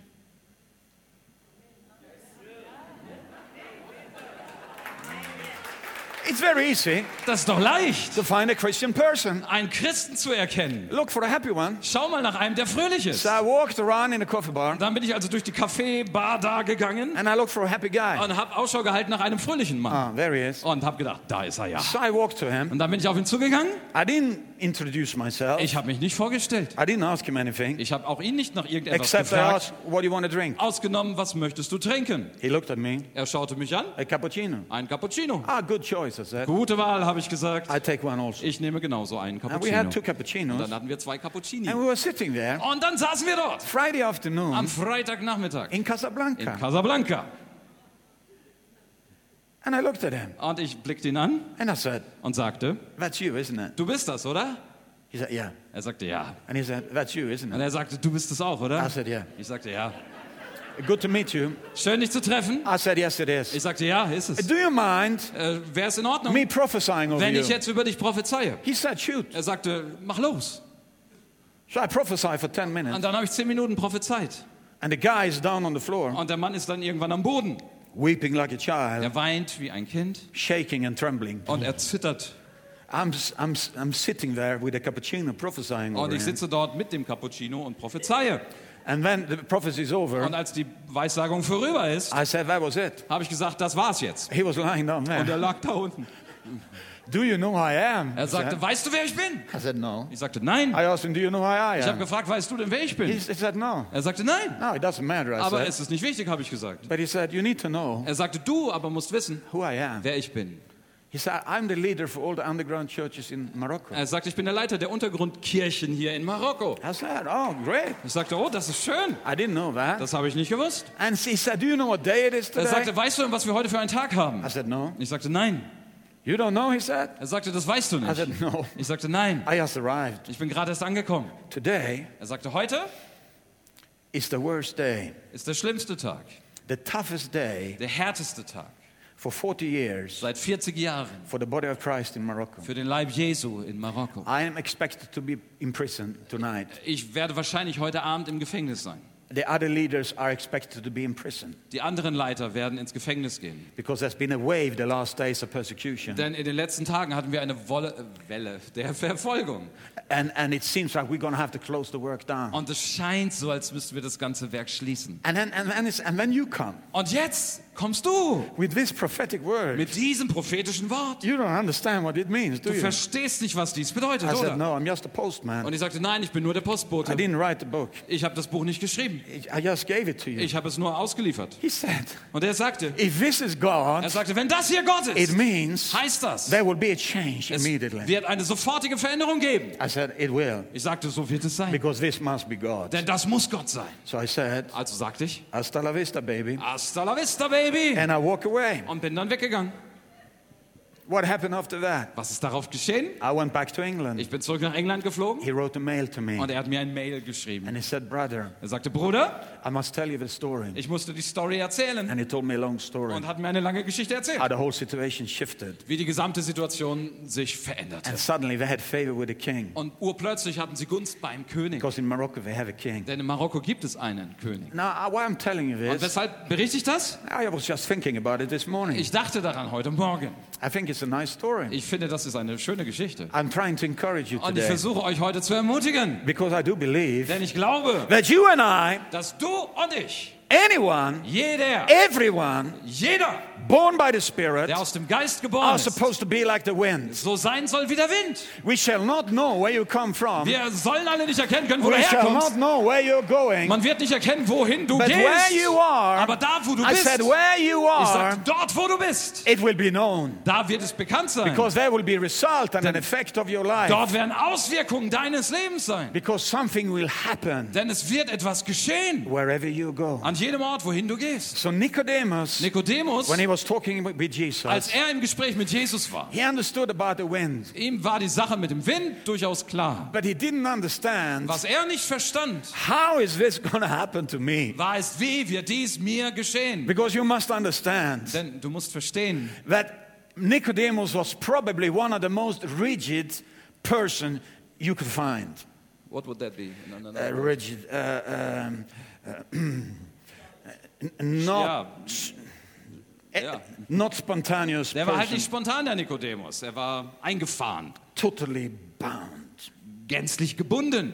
Speaker 1: It's very easy
Speaker 2: Das ist doch leicht,
Speaker 1: to find a Christian person.
Speaker 2: einen Christen zu erkennen.
Speaker 1: Look for a happy one.
Speaker 2: Schau mal nach einem, der fröhlich ist.
Speaker 1: So I walked around in a coffee bar
Speaker 2: Dann bin ich also durch die Café-Bar da gegangen
Speaker 1: and I looked for a happy guy.
Speaker 2: und habe Ausschau gehalten nach einem fröhlichen Mann.
Speaker 1: Ah, there he is.
Speaker 2: Und habe gedacht, da ist er ja.
Speaker 1: So I walked to him.
Speaker 2: Und dann bin ich auf ihn zugegangen.
Speaker 1: I didn't introduce myself.
Speaker 2: Ich habe mich nicht vorgestellt.
Speaker 1: I didn't ask him anything
Speaker 2: Ich habe auch ihn nicht nach irgendetwas
Speaker 1: except I
Speaker 2: gefragt.
Speaker 1: asked, What do you want to drink?
Speaker 2: Ausgenommen, was möchtest du trinken?
Speaker 1: He looked at me.
Speaker 2: Er schaute mich an.
Speaker 1: A cappuccino.
Speaker 2: Ein Cappuccino.
Speaker 1: Ah, good choice, I said.
Speaker 2: Gute Wahl, habe ich gesagt.
Speaker 1: I take one also.
Speaker 2: Ich nehme genauso einen
Speaker 1: And we had two
Speaker 2: Cappuccino. Dann
Speaker 1: cappuccinos
Speaker 2: hatten wir zwei Cappuccini.
Speaker 1: and we were sitting there
Speaker 2: Und dann saßen wir dort.
Speaker 1: Friday afternoon
Speaker 2: Am Freitagnachmittag.
Speaker 1: in
Speaker 2: In
Speaker 1: Casablanca.
Speaker 2: Casablanca.
Speaker 1: And I looked at him
Speaker 2: Und ich blickte ihn an
Speaker 1: and I said,
Speaker 2: und sagte,
Speaker 1: That's you, isn't it?
Speaker 2: du bist das, oder?
Speaker 1: He said, Yeah.
Speaker 2: Er sagte, ja.
Speaker 1: And he said, That's you, isn't
Speaker 2: Und
Speaker 1: it?
Speaker 2: er sagte, du bist es auch,
Speaker 1: I
Speaker 2: oder?
Speaker 1: said, Yeah.
Speaker 2: Ich sagte, ja.
Speaker 1: Good to meet you.
Speaker 2: Schön, dich zu treffen.
Speaker 1: I said, Yes, it is.
Speaker 2: Ich sagte, ja, ist es.
Speaker 1: Do you mind
Speaker 2: Äh, Wäre es in Ordnung,
Speaker 1: me prophesying over
Speaker 2: wenn ich
Speaker 1: you?
Speaker 2: jetzt über dich prophezeie?
Speaker 1: He said, Shoot.
Speaker 2: Er sagte, mach los.
Speaker 1: So I prophesied for 10 minutes.
Speaker 2: Und dann habe ich zehn Minuten prophezeit.
Speaker 1: And the guy is down on the floor,
Speaker 2: Und der Mann ist dann irgendwann am Boden.
Speaker 1: weeping like a child,
Speaker 2: Er weint wie ein Kind
Speaker 1: shaking and trembling.
Speaker 2: und er zittert.
Speaker 1: I'm, I'm, I'm sitting there with a cappuccino prophesying
Speaker 2: Und
Speaker 1: over
Speaker 2: ich
Speaker 1: him.
Speaker 2: sitze dort mit dem Cappuccino und prophezeie.
Speaker 1: And then the prophecy is
Speaker 2: Und
Speaker 1: over.
Speaker 2: als die Weissagung vorüber ist,
Speaker 1: I said, That was it.
Speaker 2: habe ich gesagt, das war's jetzt.
Speaker 1: He was lying down
Speaker 2: Und er
Speaker 1: there.
Speaker 2: lag da unten.
Speaker 1: Do you know who I am?
Speaker 2: Er
Speaker 1: He said.
Speaker 2: sagte, weißt du, wer ich bin?
Speaker 1: I said, No.
Speaker 2: Ich sagte, nein.
Speaker 1: I asked him, Do you know who I
Speaker 2: Ich habe
Speaker 1: am?
Speaker 2: gefragt, weißt du denn, wer ich
Speaker 1: He
Speaker 2: bin?
Speaker 1: s- he said, No.
Speaker 2: Er sagte, nein.
Speaker 1: No, it doesn't matter. I
Speaker 2: Aber
Speaker 1: said.
Speaker 2: es ist nicht wichtig, habe ich gesagt.
Speaker 1: But he said, You need to know
Speaker 2: Er sagte, du aber musst wissen,
Speaker 1: who I am.
Speaker 2: wer ich bin.
Speaker 1: He said, I'm the leader for all the underground churches in Morocco.
Speaker 2: Er sagte, ich bin der Leiter der Untergrundkirchen hier in Marokko.
Speaker 1: I said, Oh, great.
Speaker 2: Ich sagte, oh, das ist schön.
Speaker 1: I didn't know that.
Speaker 2: Das habe ich nicht gewusst.
Speaker 1: And he said, Do you know what day it is
Speaker 2: Er
Speaker 1: today?
Speaker 2: sagte, weißt du denn, was wir heute für einen Tag haben?
Speaker 1: I said, No.
Speaker 2: Ich sagte, nein.
Speaker 1: You don't know, he said?
Speaker 2: Er sagte, das weißt du
Speaker 1: I
Speaker 2: nicht.
Speaker 1: said, No.
Speaker 2: Ich sagte, nein.
Speaker 1: I just arrived.
Speaker 2: Ich bin gerade erst angekommen.
Speaker 1: Today
Speaker 2: Er sagte, heute
Speaker 1: is the worst day,
Speaker 2: ist der schlimmste Tag,
Speaker 1: the toughest day
Speaker 2: der härteste Tag
Speaker 1: for 40 years
Speaker 2: seit 40 Jahren
Speaker 1: for the body of Christ in Morocco.
Speaker 2: für den Leib Jesu in Marokko.
Speaker 1: I am expected to be in prison tonight.
Speaker 2: Ich werde wahrscheinlich heute Abend im Gefängnis sein.
Speaker 1: The other leaders are expected to be in prison
Speaker 2: Die anderen Leiter werden ins Gefängnis gehen.
Speaker 1: because there's been a wave the last days of persecution.
Speaker 2: Denn in den letzten Tagen hatten wir eine Wolle, äh, Welle der Verfolgung.
Speaker 1: And, and it seems like we're going to have to close the work down.
Speaker 2: Und es scheint so, als müssten wir das ganze Werk schließen.
Speaker 1: And then, and, then it's, and then you come
Speaker 2: Und jetzt kommst du
Speaker 1: with this prophetic word.
Speaker 2: mit diesem prophetischen Wort.
Speaker 1: You don't understand what it means, do
Speaker 2: Du
Speaker 1: you?
Speaker 2: verstehst nicht, was dies bedeutet,
Speaker 1: I said,
Speaker 2: oder?
Speaker 1: no, I'm just a
Speaker 2: Und
Speaker 1: postman.
Speaker 2: ich sagte, nein, ich bin nur der
Speaker 1: I
Speaker 2: Postbote.
Speaker 1: didn't write the book.
Speaker 2: Ich habe das Buch nicht geschrieben.
Speaker 1: I just gave it to you.
Speaker 2: Ich habe es nur ausgeliefert.
Speaker 1: He said,
Speaker 2: Und er sagte,
Speaker 1: if this is God,
Speaker 2: er sagte, wenn das hier Gott
Speaker 1: it
Speaker 2: ist,
Speaker 1: means
Speaker 2: heißt das,
Speaker 1: there will be a change
Speaker 2: es
Speaker 1: immediately.
Speaker 2: wird eine sofortige Veränderung geben.
Speaker 1: I said, it will,
Speaker 2: Ich sagte, so wird es sein.
Speaker 1: because this must be God.
Speaker 2: Denn das muss Gott sein.
Speaker 1: So I said,
Speaker 2: Also sagte ich,
Speaker 1: hasta la vista, baby.
Speaker 2: hasta la vista, Baby.
Speaker 1: And I walk away.
Speaker 2: Und bin dann weggegangen.
Speaker 1: What happened after that?
Speaker 2: Was ist darauf geschehen?
Speaker 1: I went back to England.
Speaker 2: Ich bin zurück nach England geflogen
Speaker 1: He wrote a mail to me
Speaker 2: und er hat mir ein Mail geschrieben.
Speaker 1: and he said, Brother,
Speaker 2: Er sagte, Bruder,
Speaker 1: I must tell you the story.
Speaker 2: ich musste die Story erzählen
Speaker 1: And he told me a long story
Speaker 2: und hat mir eine lange Geschichte erzählt,
Speaker 1: how the whole situation shifted.
Speaker 2: wie die gesamte Situation sich veränderte.
Speaker 1: And suddenly they had favor with the king.
Speaker 2: Und urplötzlich hatten sie Gunst beim König.
Speaker 1: Because in Morocco they have a king.
Speaker 2: Denn in Marokko gibt es einen König.
Speaker 1: Now, I- why I'm telling you
Speaker 2: Und
Speaker 1: this,
Speaker 2: weshalb berichte ich das?
Speaker 1: I was just thinking about it this morning.
Speaker 2: Ich dachte daran heute Morgen.
Speaker 1: I think it's a nice story.
Speaker 2: Ich finde, das ist eine schöne Geschichte.
Speaker 1: I'm trying to encourage you
Speaker 2: Und ich
Speaker 1: today
Speaker 2: versuche euch heute zu ermutigen.
Speaker 1: because I do believe
Speaker 2: Denn ich glaube,
Speaker 1: that you and I,
Speaker 2: dass du und ich,
Speaker 1: anyone,
Speaker 2: jeder,
Speaker 1: everyone
Speaker 2: jeder,
Speaker 1: born by the Spirit,
Speaker 2: der aus dem Geist geboren
Speaker 1: are
Speaker 2: ist,
Speaker 1: supposed to be like the wind.
Speaker 2: so sein soll wie der Wind.
Speaker 1: We shall not know where you come from.
Speaker 2: Wir sollen alle nicht erkennen können, wo du
Speaker 1: We shall not
Speaker 2: herkommst.
Speaker 1: know where you're going.
Speaker 2: Man wird nicht erkennen, wohin du
Speaker 1: But where
Speaker 2: gehst.
Speaker 1: you are,
Speaker 2: Aber da, wo du
Speaker 1: I
Speaker 2: bist,
Speaker 1: said, where you
Speaker 2: ich
Speaker 1: are,
Speaker 2: sag, dort, wo du bist,
Speaker 1: it will be known.
Speaker 2: da wird es bekannt sein.
Speaker 1: Because there will be a result and an effect of your life.
Speaker 2: Dort werden Auswirkungen deines Lebens sein.
Speaker 1: Because something will happen
Speaker 2: Denn es wird etwas geschehen
Speaker 1: wherever you go.
Speaker 2: an jedem Ort, wohin du gehst.
Speaker 1: So Nicodemus,
Speaker 2: Nikodemus,
Speaker 1: when he was talking with
Speaker 2: als
Speaker 1: Jesus,
Speaker 2: er im Gespräch mit Jesus war,
Speaker 1: he understood about the wind,
Speaker 2: ihm war die Sache mit dem Wind durchaus klar.
Speaker 1: but he didn't understand
Speaker 2: Was er nicht verstand,
Speaker 1: how is this [laughs] going to happen to me?
Speaker 2: war es, wie wird dies mir geschehen.
Speaker 1: Because you must understand
Speaker 2: Denn du musst verstehen,
Speaker 1: that Nicodemus was probably one of the most rigid person you could find.
Speaker 2: what would that be? No, no, no.
Speaker 1: Uh, rigid, [clears throat] uh, um, uh, not
Speaker 2: Ja.
Speaker 1: Eh,
Speaker 2: Yeah.
Speaker 1: Not spontaneous
Speaker 2: Der war halt nicht
Speaker 1: person,
Speaker 2: spontan, der Nikodemus. Er war eingefahren,
Speaker 1: totally bound.
Speaker 2: gänzlich gebunden.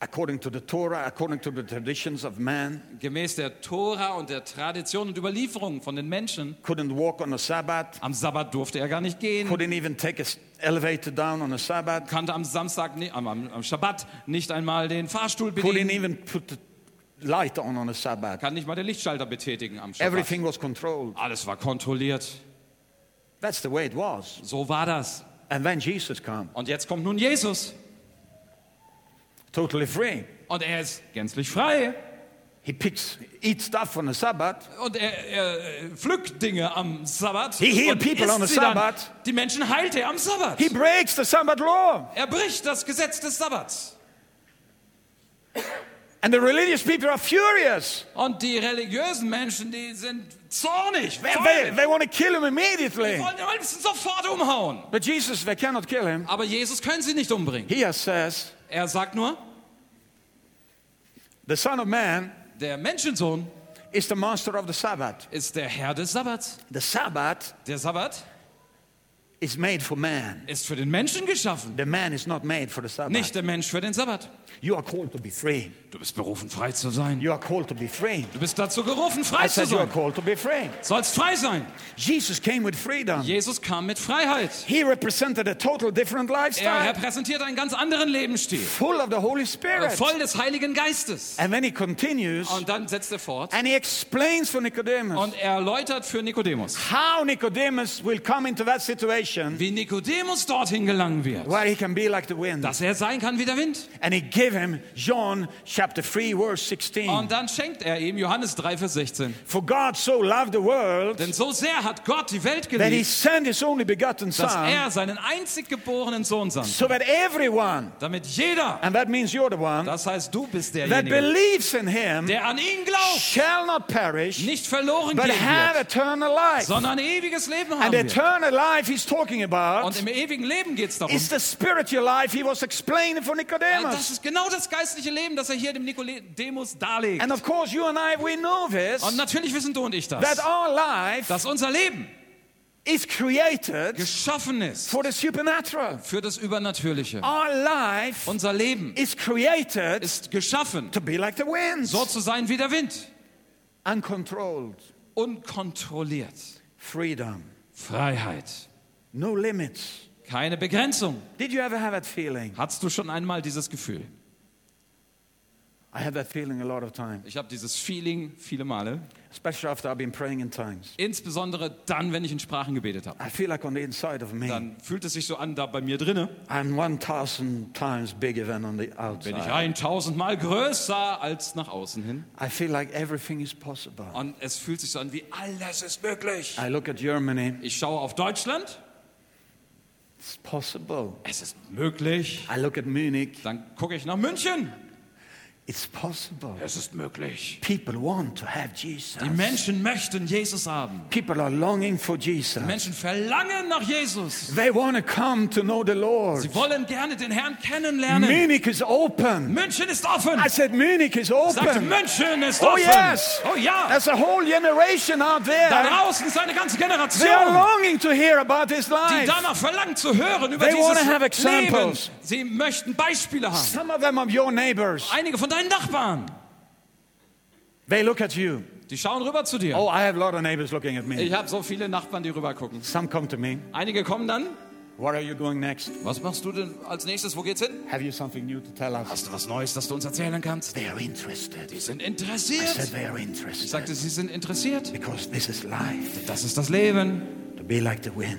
Speaker 1: According to the Torah, according to the traditions of man,
Speaker 2: Gemäß der Tora und der Tradition und Überlieferung von den Menschen.
Speaker 1: couldn't walk on a Sabbath,
Speaker 2: Am Sabbat durfte er gar nicht gehen,
Speaker 1: couldn't even take an elevator down on a Sabbath,
Speaker 2: kannte am Samstag, ni- am, am am Schabbat nicht einmal den Fahrstuhl
Speaker 1: couldn't
Speaker 2: bedienen,
Speaker 1: even put the light on on a Sabbath.
Speaker 2: kann nicht mal den Lichtschalter betätigen am Schabbat.
Speaker 1: Everything was controlled.
Speaker 2: Alles war kontrolliert.
Speaker 1: That's the way it was.
Speaker 2: So war das.
Speaker 1: And then Jesus came,
Speaker 2: Und jetzt kommt nun Jesus
Speaker 1: totally free.
Speaker 2: und er ist gänzlich frei
Speaker 1: He picks, eats stuff on the Sabbath.
Speaker 2: und er, er äh, pflückt Dinge am Sabbat.
Speaker 1: He healed
Speaker 2: und
Speaker 1: people
Speaker 2: isst
Speaker 1: on the
Speaker 2: sie dann.
Speaker 1: Sabbath.
Speaker 2: Die Menschen heilt er am Sabbat.
Speaker 1: He breaks the Sabbath law.
Speaker 2: Er bricht das Gesetz des Sabbats.
Speaker 1: And the religious people are furious.
Speaker 2: Und die religiösen Menschen, die sind zornig. Wer
Speaker 1: They,
Speaker 2: will?
Speaker 1: they want to kill him
Speaker 2: Die
Speaker 1: immediately.
Speaker 2: wollen am liebsten sofort umhauen.
Speaker 1: But Jesus, they cannot kill him.
Speaker 2: Aber Jesus können sie nicht umbringen.
Speaker 1: Here says,
Speaker 2: Er sagt nur,
Speaker 1: the Son of Man
Speaker 2: der Menschensohn
Speaker 1: is the master of the Sabbath.
Speaker 2: ist der Herr des Sabbats.
Speaker 1: The Sabbath
Speaker 2: Der Sabbat
Speaker 1: is made for man.
Speaker 2: ist für den Menschen geschaffen,
Speaker 1: The man is not made for the Sabbath.
Speaker 2: nicht der Mensch für den Sabbat.
Speaker 1: You are called to be free.
Speaker 2: Du bist berufen, frei zu sein.
Speaker 1: You are called to be free.
Speaker 2: Du bist dazu gerufen,
Speaker 1: I
Speaker 2: frei zu
Speaker 1: said you are
Speaker 2: sein.
Speaker 1: called to be free.
Speaker 2: Sollst frei sein.
Speaker 1: Jesus came with freedom.
Speaker 2: Jesus kam mit Freiheit.
Speaker 1: He represented a total different
Speaker 2: Er
Speaker 1: lifestyle,
Speaker 2: repräsentiert einen ganz anderen Lebensstil,
Speaker 1: full of the Holy Spirit.
Speaker 2: voll des Heiligen Geistes.
Speaker 1: And then he continues
Speaker 2: Und dann setzt er fort
Speaker 1: and he explains for Nicodemus
Speaker 2: und er erläutert für Nikodemus,
Speaker 1: how Nicodemus will come into that situation
Speaker 2: wie Nikodemus dorthin gelangen wird,
Speaker 1: where he can be like the wind.
Speaker 2: dass er sein kann wie der Wind.
Speaker 1: And he gave him John chapter 3, verse 16.
Speaker 2: Und dann schenkt er ihm Johannes 3, Vers 16.
Speaker 1: For God so loved the world
Speaker 2: Denn so sehr hat Gott die
Speaker 1: that
Speaker 2: Welt
Speaker 1: he
Speaker 2: geliebt,
Speaker 1: sent his only begotten
Speaker 2: dass
Speaker 1: Son
Speaker 2: er seinen einzig geborenen Sohn sandt,
Speaker 1: so that everyone,
Speaker 2: damit jeder,
Speaker 1: and that means you're the one,
Speaker 2: das heißt du bist
Speaker 1: that
Speaker 2: derjenige,
Speaker 1: believes in him
Speaker 2: der an ihn glaubt,
Speaker 1: shall not perish
Speaker 2: nicht verloren
Speaker 1: but
Speaker 2: gehen
Speaker 1: have
Speaker 2: wird,
Speaker 1: eternal life.
Speaker 2: sondern ewiges Leben haben
Speaker 1: And
Speaker 2: wird.
Speaker 1: eternal life he's talking
Speaker 2: Und
Speaker 1: about
Speaker 2: im ewigen Leben geht es darum.
Speaker 1: is the spiritual life he was explaining for
Speaker 2: Das
Speaker 1: Nicodemus.
Speaker 2: ist genau das geistliche Leben, das er hier dem Nikodemus darlegt.
Speaker 1: And of course, you and I, we know this
Speaker 2: Und natürlich wissen du und ich
Speaker 1: that
Speaker 2: das,
Speaker 1: our life
Speaker 2: dass unser Leben
Speaker 1: is created
Speaker 2: geschaffen ist
Speaker 1: for the supernatural.
Speaker 2: für das Übernatürliche.
Speaker 1: Our life
Speaker 2: Unser Leben
Speaker 1: is created
Speaker 2: ist geschaffen,
Speaker 1: to be like the winds,
Speaker 2: so zu sein wie der Wind.
Speaker 1: uncontrolled,
Speaker 2: Unkontrolliert.
Speaker 1: freedom,
Speaker 2: Freiheit.
Speaker 1: no limits.
Speaker 2: Keine Begrenzung.
Speaker 1: Did you ever have that feeling?
Speaker 2: Hattest du schon einmal dieses Gefühl?
Speaker 1: I had that feeling a lot of time,
Speaker 2: Ich habe dieses Feeling viele Male,
Speaker 1: especially after I've been praying in tongues.
Speaker 2: insbesondere dann, wenn ich in Sprachen gebetet habe.
Speaker 1: I feel like on the inside of me,
Speaker 2: Dann fühlt es sich so an, da bei mir drinne,
Speaker 1: I'm 1,000 times bigger than on the
Speaker 2: bin ich
Speaker 1: outside.
Speaker 2: 1000 Mal größer als nach außen hin.
Speaker 1: I feel like everything is possible.
Speaker 2: Und es fühlt sich so an, wie alles ist möglich.
Speaker 1: I look at Germany,
Speaker 2: Ich schaue auf Deutschland,
Speaker 1: it's possible.
Speaker 2: es ist möglich.
Speaker 1: I look at Munich,
Speaker 2: Dann gucke ich nach München,
Speaker 1: it's possible.
Speaker 2: es ist möglich.
Speaker 1: People want to have
Speaker 2: Die
Speaker 1: Jesus.
Speaker 2: Menschen möchten Jesus haben.
Speaker 1: People are longing for
Speaker 2: Die
Speaker 1: Jesus.
Speaker 2: Menschen verlangen nach Jesus.
Speaker 1: They want to come to know the Lord.
Speaker 2: Sie wollen gerne den Herrn kennenlernen.
Speaker 1: Munich is open.
Speaker 2: München ist offen.
Speaker 1: I said, Munich is
Speaker 2: Sagt,
Speaker 1: open.
Speaker 2: München ist
Speaker 1: Oh,
Speaker 2: offen.
Speaker 1: yes.
Speaker 2: Oh ja.
Speaker 1: There's a whole generation out
Speaker 2: Da
Speaker 1: there.
Speaker 2: draußen ist eine ganze
Speaker 1: They are
Speaker 2: Generation,
Speaker 1: longing to hear about this
Speaker 2: die
Speaker 1: life.
Speaker 2: danach verlangt zu hören über
Speaker 1: They wanna have
Speaker 2: dieses Leben.
Speaker 1: examples.
Speaker 2: Sie möchten Beispiele haben.
Speaker 1: Some of them are your neighbors.
Speaker 2: Einige von deinen Nachbarn,
Speaker 1: They look at you.
Speaker 2: die schauen rüber zu dir.
Speaker 1: Oh, I have a lot of neighbors looking at me.
Speaker 2: Ich habe so viele Nachbarn, die rüber gucken.
Speaker 1: Some come to me.
Speaker 2: Einige kommen dann.
Speaker 1: What are you going next?
Speaker 2: Was machst du denn als nächstes? Wo geht's hin?
Speaker 1: Have you something new to tell us?
Speaker 2: Hast du was Neues, das du uns erzählen kannst?
Speaker 1: They are interested.
Speaker 2: Die sind
Speaker 1: I said
Speaker 2: interessiert.
Speaker 1: they are
Speaker 2: Ich
Speaker 1: interested
Speaker 2: sagte, sie sind interessiert.
Speaker 1: because this is life,
Speaker 2: Das ist das Leben.
Speaker 1: to be like the wind.